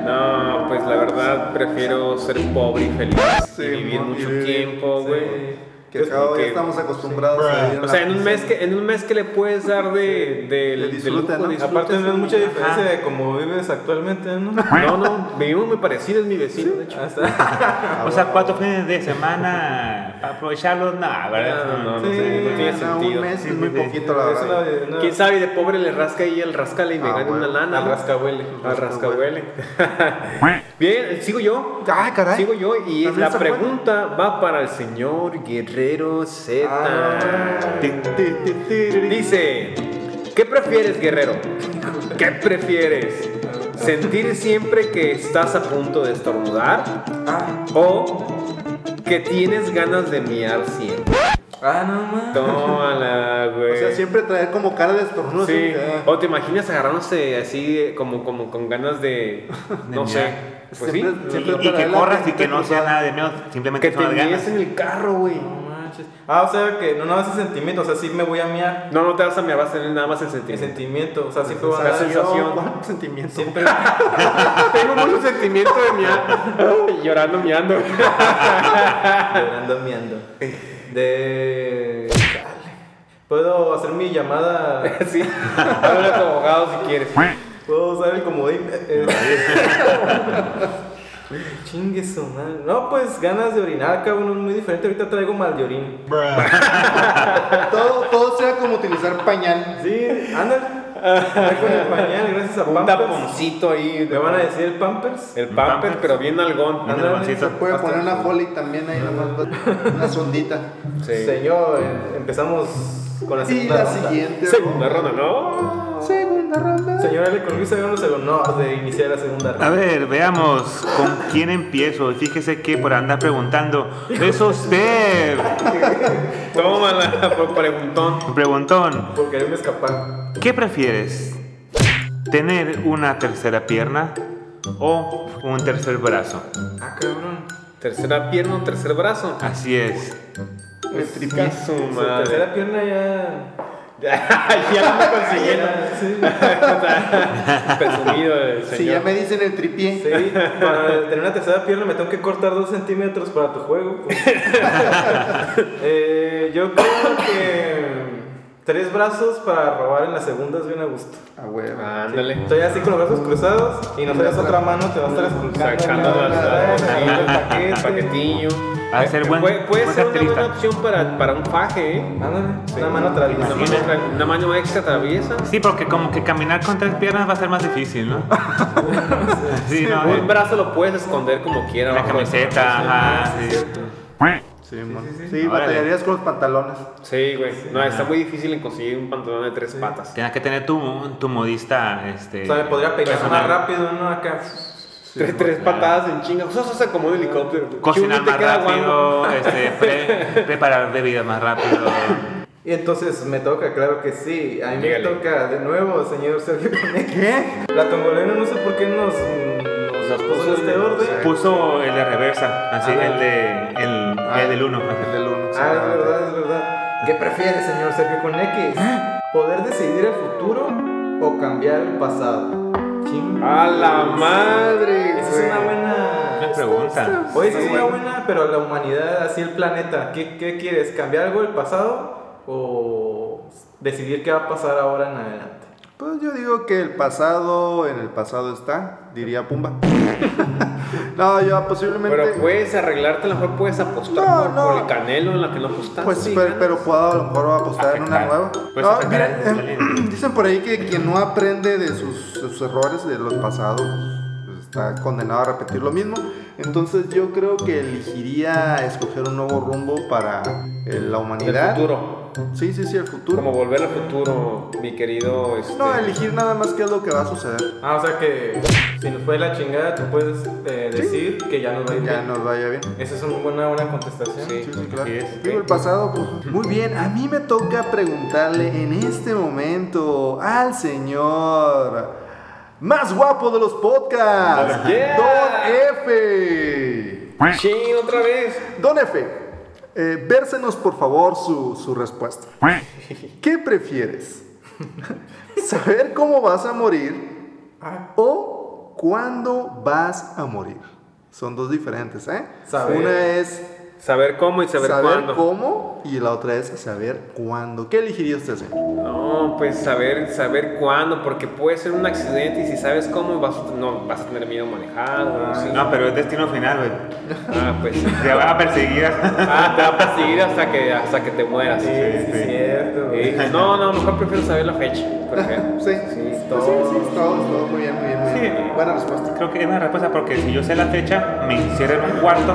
Speaker 7: No, pues la verdad prefiero ser pobre y feliz.
Speaker 3: Sí,
Speaker 7: y vivir
Speaker 3: mo-
Speaker 7: mucho
Speaker 3: y-
Speaker 7: tiempo,
Speaker 3: sí.
Speaker 7: güey.
Speaker 3: Que al cabo ya estamos acostumbrados a vivir
Speaker 7: O sea,
Speaker 3: la-
Speaker 7: en un mes que, en un mes que le puedes dar de, del-
Speaker 3: Del disfrute,
Speaker 7: del lujo,
Speaker 3: ¿no?
Speaker 7: disfrute,
Speaker 2: Aparte no es mucha diferencia
Speaker 7: Ajá.
Speaker 2: de cómo vives actualmente, ¿no?
Speaker 7: No, no, vivimos muy parecidos, mi vecino, de hecho.
Speaker 2: Ah, está.
Speaker 6: O sea, cuatro fines de semana para aprovecharlos, nada, ¿verdad?
Speaker 7: No, no, no,
Speaker 2: Sí,
Speaker 7: sé, no tiene
Speaker 3: O sea,
Speaker 7: sentido.
Speaker 3: un mes
Speaker 6: Sí,
Speaker 3: es muy
Speaker 6: sí, sí.
Speaker 3: poquito, la
Speaker 2: Es
Speaker 3: verdad.
Speaker 2: una- una-
Speaker 7: ¿Quién sabe? De pobre le rasca ahí al rascale y me
Speaker 3: Ah,
Speaker 7: gana
Speaker 3: bueno.
Speaker 7: una lana.
Speaker 2: Al
Speaker 7: ¿no?
Speaker 2: rascahuele.
Speaker 7: Al rascahuele. Bien, sigo yo.
Speaker 3: Ah, caray.
Speaker 7: Sigo yo y
Speaker 3: También
Speaker 7: la
Speaker 3: se fue.
Speaker 7: pregunta va para el señor Guerrero Z.
Speaker 3: Ah.
Speaker 7: Dice, ¿qué prefieres, Guerrero? ¿Qué prefieres? ¿Sentir siempre que estás a punto de estornudar? ¿O que tienes ganas de miar siempre?
Speaker 2: Ah, no, man.
Speaker 7: Tómala, güey.
Speaker 3: O sea, siempre traer como cara de estornudo.
Speaker 7: Sí.
Speaker 3: así, ah.
Speaker 7: O te imaginas agarrándose así eh, como, como con ganas de,
Speaker 6: De
Speaker 7: no
Speaker 6: miar.
Speaker 7: sé. Pues sí.
Speaker 3: Siempre-
Speaker 6: Y,
Speaker 3: siempre
Speaker 6: y que
Speaker 3: traer la
Speaker 6: corras y que
Speaker 3: gente
Speaker 6: no sea
Speaker 3: cruzada.
Speaker 6: nada de miedo, simplemente
Speaker 7: Que
Speaker 6: son
Speaker 7: te
Speaker 6: las ganas.
Speaker 7: mies en el carro, güey.
Speaker 2: No manches. Ah, o sea que no nada más el sentimiento, o sea, sí me voy a miar.
Speaker 7: No, no te vas a miar, vas a tener nada más el
Speaker 2: El
Speaker 7: sentimiento.
Speaker 2: sentimiento, o sea, siempre
Speaker 3: O
Speaker 2: voy a
Speaker 3: sea,
Speaker 2: dar
Speaker 3: yo,
Speaker 7: sensación.
Speaker 3: ¿cuánto sentimiento?
Speaker 2: Siempre.
Speaker 7: Tengo mucho sentimiento de miar. Llorando, miando.
Speaker 2: Llorando, miando. De. Chale. Puedo hacer mi llamada.
Speaker 7: sí. Habla a tu abogado si quieres.
Speaker 2: Puedo usar el comodín. Eh, Chingue su madre. No, pues ganas de orinar, cabrón, es muy diferente. Ahorita traigo mal de orina.
Speaker 3: Todo, todo sea como utilizar pañal.
Speaker 2: Sí, ándale. Estoy con el pañal, gracias a
Speaker 7: Un
Speaker 2: Pampers.
Speaker 7: taponcito ahí.
Speaker 2: Me van a decir el Pampers.
Speaker 7: El pamper, pero bien algón.
Speaker 6: Un algodoncito.
Speaker 3: Puede poner una Foley también ahí, nomás, una sondita.
Speaker 2: Señor, em, empezamos con la
Speaker 3: Y
Speaker 2: segunda
Speaker 3: la
Speaker 2: ronda.
Speaker 3: siguiente.
Speaker 7: Segunda ronda, ¿no?
Speaker 3: Segunda ronda.
Speaker 2: Señor L. con Luis, háganos el no de iniciar la segunda
Speaker 6: A
Speaker 2: ronda.
Speaker 6: ver, veamos con quién empiezo. Fíjese que por andar preguntando, ¿es usted?
Speaker 7: Tómala, por preguntón.
Speaker 6: Preguntón,
Speaker 2: Por quererme escapar.
Speaker 6: ¿qué prefieres? ¿Tener una tercera pierna o un tercer brazo?
Speaker 2: Ah, cabrón.
Speaker 7: Tercera pierna, o tercer brazo.
Speaker 6: Así es.
Speaker 7: Es su
Speaker 2: Su
Speaker 7: madre.
Speaker 2: tercera pierna ya.
Speaker 7: ya lo consiguieron.
Speaker 2: Sí.
Speaker 7: Presumido el
Speaker 3: Si ya
Speaker 7: señor.
Speaker 3: me dicen el tripié.
Speaker 2: Sí, para tener una tercera pierna me tengo que cortar dos centímetros para tu juego. pues. Eh, yo creo que tres brazos para robar en las segundas bien a gusto.
Speaker 3: A huevo.
Speaker 7: Ándale.
Speaker 2: Estoy así con los brazos cruzados y no traes otra mano, te va a estar esculcando.
Speaker 7: Sacando
Speaker 2: acá,
Speaker 7: las-
Speaker 2: sacando el
Speaker 7: las-
Speaker 2: paquete.
Speaker 7: el paquetillo. Eh,
Speaker 6: Va a ser buen-
Speaker 7: puede puede
Speaker 6: buen
Speaker 7: ser una
Speaker 6: carterista.
Speaker 7: buena opción para, para un faje, ¿eh?
Speaker 2: Ándale, una mano traviesa.
Speaker 7: Una mano, tra- una mano extra traviesa.
Speaker 6: Sí, porque como que caminar con tres piernas va a ser más difícil, ¿no? Sí, no,
Speaker 7: Un
Speaker 6: eh,
Speaker 7: brazo lo puedes esconder como quieras.
Speaker 6: la camiseta, ajá, sí.
Speaker 3: Sí, mon. Sí,
Speaker 6: Órale.
Speaker 3: batallarías con los pantalones.
Speaker 7: Sí, güey. No, está muy difícil en conseguir un pantalón de tres patas.
Speaker 6: Tienes que tener tu, tu modista, este...
Speaker 2: O sea, me podría peinar más
Speaker 6: personal.
Speaker 2: rápido, ¿no? Acá.
Speaker 7: tres tres patadas en chinga. Eso se como un helicóptero.
Speaker 6: cocinar
Speaker 7: Chuy, te
Speaker 6: más
Speaker 7: queda guango.
Speaker 6: rápido, este, pre- preparar bebidas más rápido.
Speaker 2: Y entonces me toca, claro que sí. A mí
Speaker 7: Dígale.
Speaker 2: me toca de nuevo, señor Sergio Conejo. ¿Qué? La tongolera no sé por qué nos, nos,
Speaker 7: Nos
Speaker 2: puso
Speaker 7: puso
Speaker 2: este
Speaker 7: en-
Speaker 2: orden.
Speaker 6: Puso el de reversa, así,
Speaker 2: Ah.
Speaker 6: el de el,
Speaker 3: Ah.
Speaker 6: Ah, el del 1.
Speaker 3: Del uno.
Speaker 2: Ah, es verdad, es verdad. ¿Qué prefiere, señor Sergio con X?
Speaker 7: ¿Eh?
Speaker 2: ¿Poder decidir el futuro o cambiar el pasado? Ching.
Speaker 7: A la Ah, madre.
Speaker 2: Esa
Speaker 7: güey.
Speaker 2: es una buena.
Speaker 6: Una pregunta.
Speaker 2: Oye, esa es
Speaker 7: Sí.
Speaker 2: una buena, pero la humanidad, así el planeta, ¿qué, qué quieres? ¿Cambiar algo del pasado o decidir qué va a pasar ahora en adelante?
Speaker 3: Pues yo digo que el pasado, en el pasado está, diría Pumba. no, yo posiblemente.
Speaker 7: Pero puedes arreglarte, a lo mejor puedes apostar
Speaker 3: No,
Speaker 7: por,
Speaker 3: no.
Speaker 7: por el canelo en la que no apostaste.
Speaker 3: Pues,
Speaker 7: y
Speaker 3: pero,
Speaker 7: ganas.
Speaker 3: pero puedo a lo mejor apostar en una
Speaker 7: Afectar.
Speaker 3: nueva.
Speaker 7: Pues
Speaker 3: No,
Speaker 7: afectar
Speaker 3: mira,
Speaker 7: el
Speaker 3: eh, dicen por ahí que quien no aprende de sus, sus errores, de los pasados, pues, está condenado a repetir lo mismo. Entonces yo creo que elegiría escoger un nuevo rumbo para eh, la humanidad.
Speaker 7: El futuro.
Speaker 3: Sí, sí, sí, el futuro.
Speaker 7: Como volver al futuro, mi querido. Este...
Speaker 3: No, elegir nada más qué es lo que va a suceder.
Speaker 2: Ah, o sea que si nos fue la chingada, tú puedes eh, decir que ya nos va a ir
Speaker 3: Ya
Speaker 2: bien.
Speaker 3: nos vaya bien.
Speaker 2: Esa es una buena, buena contestación.
Speaker 7: Sí,
Speaker 3: Claro. Digo, el pasado, pues, Muy bien, a mí me toca preguntarle en este momento al señor más guapo de los podcasts,
Speaker 7: Yeah.
Speaker 3: Don F.
Speaker 7: Sí, otra vez.
Speaker 3: Don F, eh, vérsenos por favor su, su respuesta. ¿Qué prefieres? ¿Saber cómo vas a morir o cuándo vas a morir? Son dos diferentes, ¿eh?
Speaker 7: Saber.
Speaker 3: Una es
Speaker 7: Saber cómo y saber, cuándo.
Speaker 3: cómo y la otra es saber cuándo. ¿Qué elegiría usted, señor?
Speaker 7: No, pues saber, saber cuándo, porque puede ser un accidente y si sabes cómo vas, a- no, vas a tener miedo a manejar. o sí.
Speaker 6: No, pero es destino final, güey.
Speaker 7: Ah, pues.
Speaker 6: Te van a perseguir.
Speaker 7: Ah, te va a perseguir hasta que, hasta que te mueras. Sí,
Speaker 6: sí, sí.
Speaker 7: cierto. No, no, mejor prefiero saber la fecha. por ejemplo.
Speaker 3: Sí,
Speaker 7: sí,
Speaker 3: todo. Sí, sí, todo, todo. Muy bien, muy bien, muy bien.
Speaker 6: Sí.
Speaker 3: Buena respuesta.
Speaker 6: Creo que es una respuesta porque si yo sé la fecha, me encierran en un cuarto.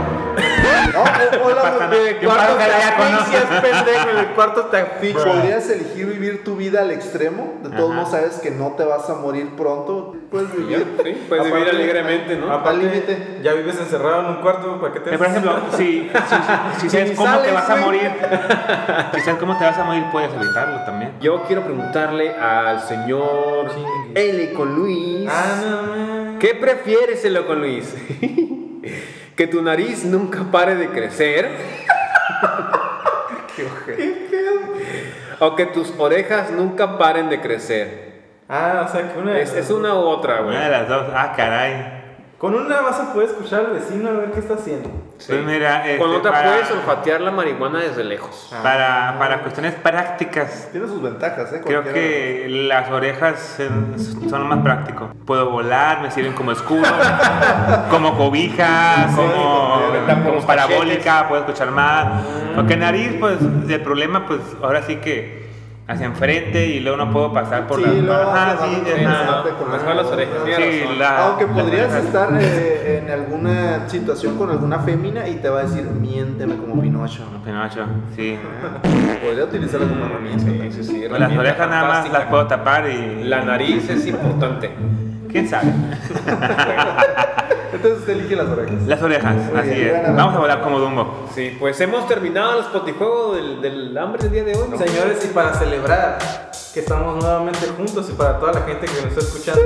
Speaker 3: No, oh, o- o la-
Speaker 6: Pasa nada.
Speaker 3: de
Speaker 6: Yo
Speaker 3: cuarto
Speaker 6: paro
Speaker 3: te
Speaker 6: cada día con-
Speaker 3: asfixias, pendejo, en el cuarto te asfixias.
Speaker 6: Bro.
Speaker 3: ¿Podrías elegir vivir tu vida al extremo? De todos
Speaker 6: Ajá.
Speaker 3: modos sabes que no te vas a morir pronto. Puedes vivir.
Speaker 7: Sí, puedes vivir
Speaker 3: Aparte-
Speaker 7: alegremente, ¿no?
Speaker 3: Al límite.
Speaker 2: Ya vives encerrado en un cuarto, ¿para qué te
Speaker 6: Eh, Por ejemplo, si, si, si sabes
Speaker 3: ni
Speaker 6: cómo te
Speaker 3: sales,
Speaker 6: vas a
Speaker 3: güey.
Speaker 6: morir, si sabes cómo te vas a morir, puedes evitarlo también.
Speaker 7: Yo quiero preguntarle al señor L. con Luis.
Speaker 2: Ah, no, no.
Speaker 7: ¿Qué prefieres, L. con Luis? que tu nariz nunca pare de crecer. Qué ojete. O que tus orejas nunca paren de crecer.
Speaker 2: Ah, o sea que una
Speaker 7: Es, es una u otra, güey.
Speaker 6: Una de las dos. Ah, caray.
Speaker 2: Con una vas a poder escuchar al vecino a ver qué está haciendo.
Speaker 6: Pues mira, este,
Speaker 7: Con otra
Speaker 6: para-
Speaker 7: puedes olfatear la marihuana desde lejos.
Speaker 6: Para,
Speaker 3: Ah.
Speaker 6: para cuestiones prácticas,
Speaker 3: Tiene sus ventajas, ¿eh?
Speaker 6: creo
Speaker 3: Cualquiera.
Speaker 6: que las orejas eh, son lo más práctico. Puedo volar, me sirven como escudo, como cobija, como, como parabólica, puedo escuchar más.
Speaker 3: Mm.
Speaker 6: Porque nariz, pues, el problema, pues, ahora sí que hacia enfrente y luego no puedo pasar por
Speaker 3: Sí,
Speaker 6: las
Speaker 3: luego
Speaker 6: Ajá,
Speaker 3: te
Speaker 6: sí,
Speaker 3: vas a
Speaker 6: es nada.
Speaker 3: interesarte con
Speaker 7: Mejor las orejas.
Speaker 6: Sí,
Speaker 7: tienes razón.
Speaker 6: la-
Speaker 3: Aunque
Speaker 6: las
Speaker 3: podrías
Speaker 6: orejas.
Speaker 3: estar eh, en alguna situación con alguna fémina y te va a decir, miénteme como Pinocho.
Speaker 6: Pinocho, sí.
Speaker 3: Podría utilizarla como herramienta.
Speaker 7: Sí, sí, sí,
Speaker 6: Las
Speaker 7: herramienta
Speaker 6: orejas nada más
Speaker 7: fantástica.
Speaker 6: las puedo tapar y.
Speaker 7: La nariz es importante.
Speaker 6: ¿Quién sabe?
Speaker 3: Entonces usted elige las orejas.
Speaker 6: Las orejas,
Speaker 3: Muy
Speaker 6: así
Speaker 3: bien,
Speaker 6: es.
Speaker 3: buena
Speaker 6: Vamos a volar como Dumbo.
Speaker 7: Sí, pues hemos terminado el spotijuego del, del hambre del día de hoy.
Speaker 2: Señores, y para celebrar que estamos nuevamente juntos y para toda la gente que nos está escuchando,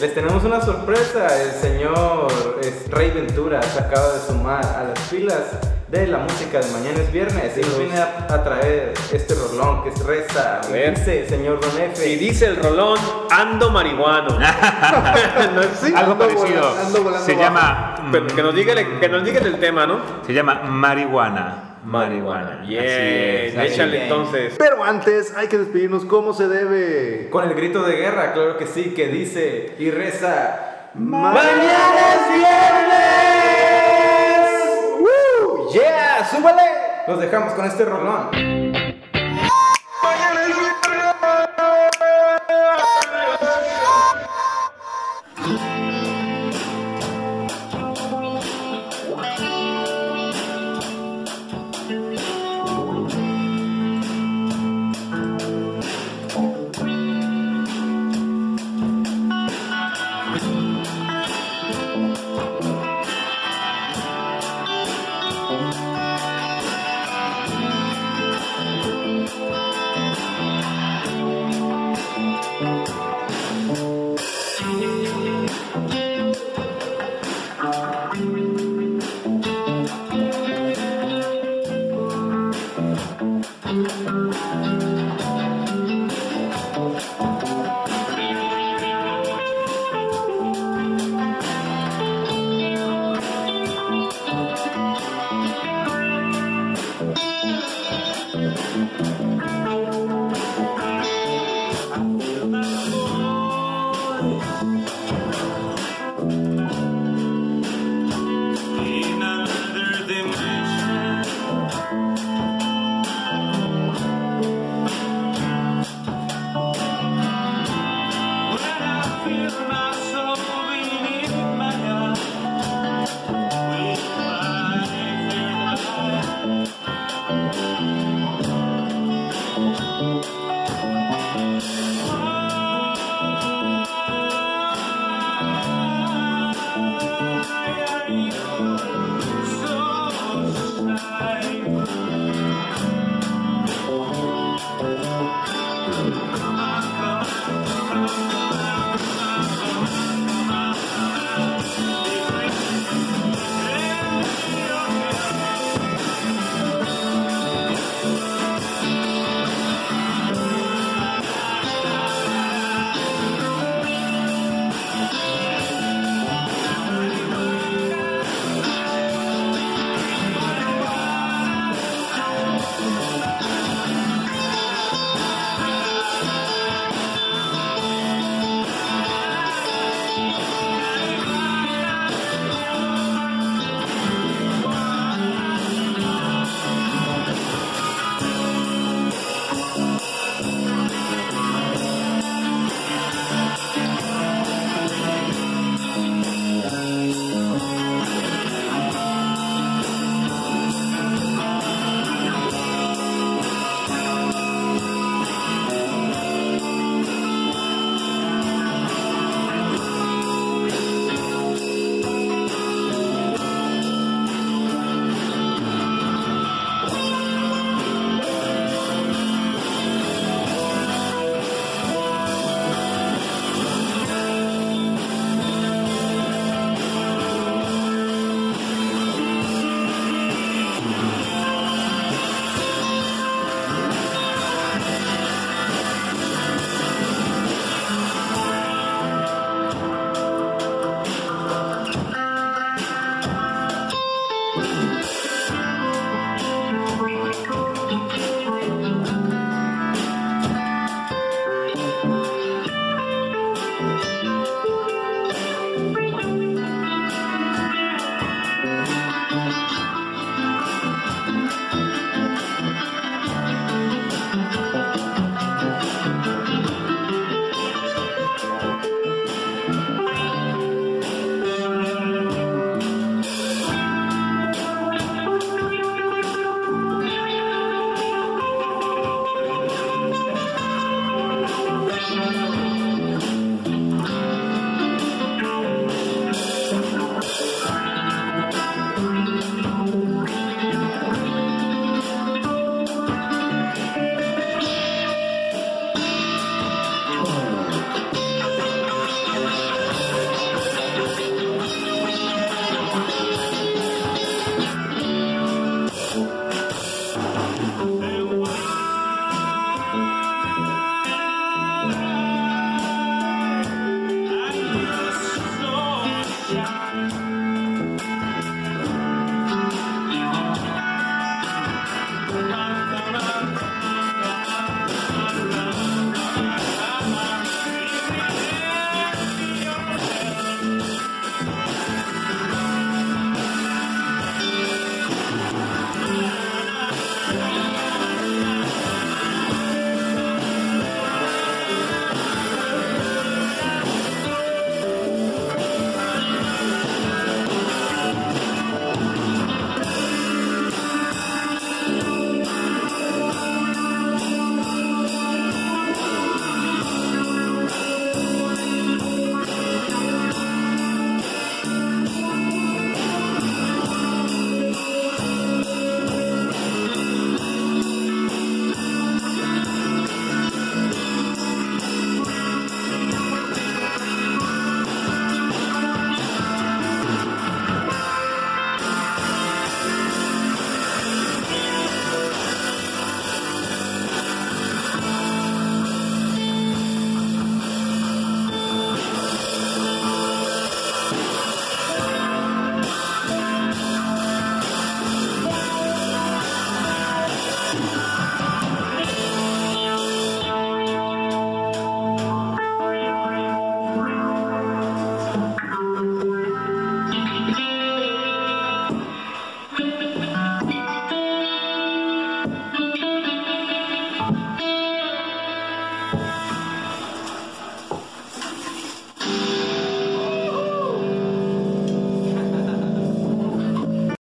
Speaker 2: les tenemos una sorpresa. El señor es, Rey Ventura se acaba de sumar a las filas de la música de mañana es viernes y nos viene a, a traer este rolón que es Reza.
Speaker 7: A ver.
Speaker 2: Dice, señor Don F.
Speaker 7: Y dice el rolón, ando marihuano. No es-
Speaker 3: Sí,
Speaker 6: Algo
Speaker 3: ando
Speaker 6: parecido.
Speaker 3: volando- ando volando
Speaker 6: se
Speaker 3: bajo.
Speaker 6: llama.
Speaker 7: Pero que nos digan el- que nos digan el tema, ¿no?
Speaker 6: Se llama marihuana. Marihuana.
Speaker 7: Bien,
Speaker 6: Así es, así
Speaker 7: échale
Speaker 6: es.
Speaker 7: entonces.
Speaker 3: Pero antes hay que despedirnos como se debe.
Speaker 2: Con el grito de guerra, claro que sí, que dice y reza.
Speaker 3: ¡Mañana es viernes! ¡Woo! ¡Yeah! ¡Súbale!
Speaker 2: Nos dejamos con este rolón.
Speaker 5: Mañana es viernes,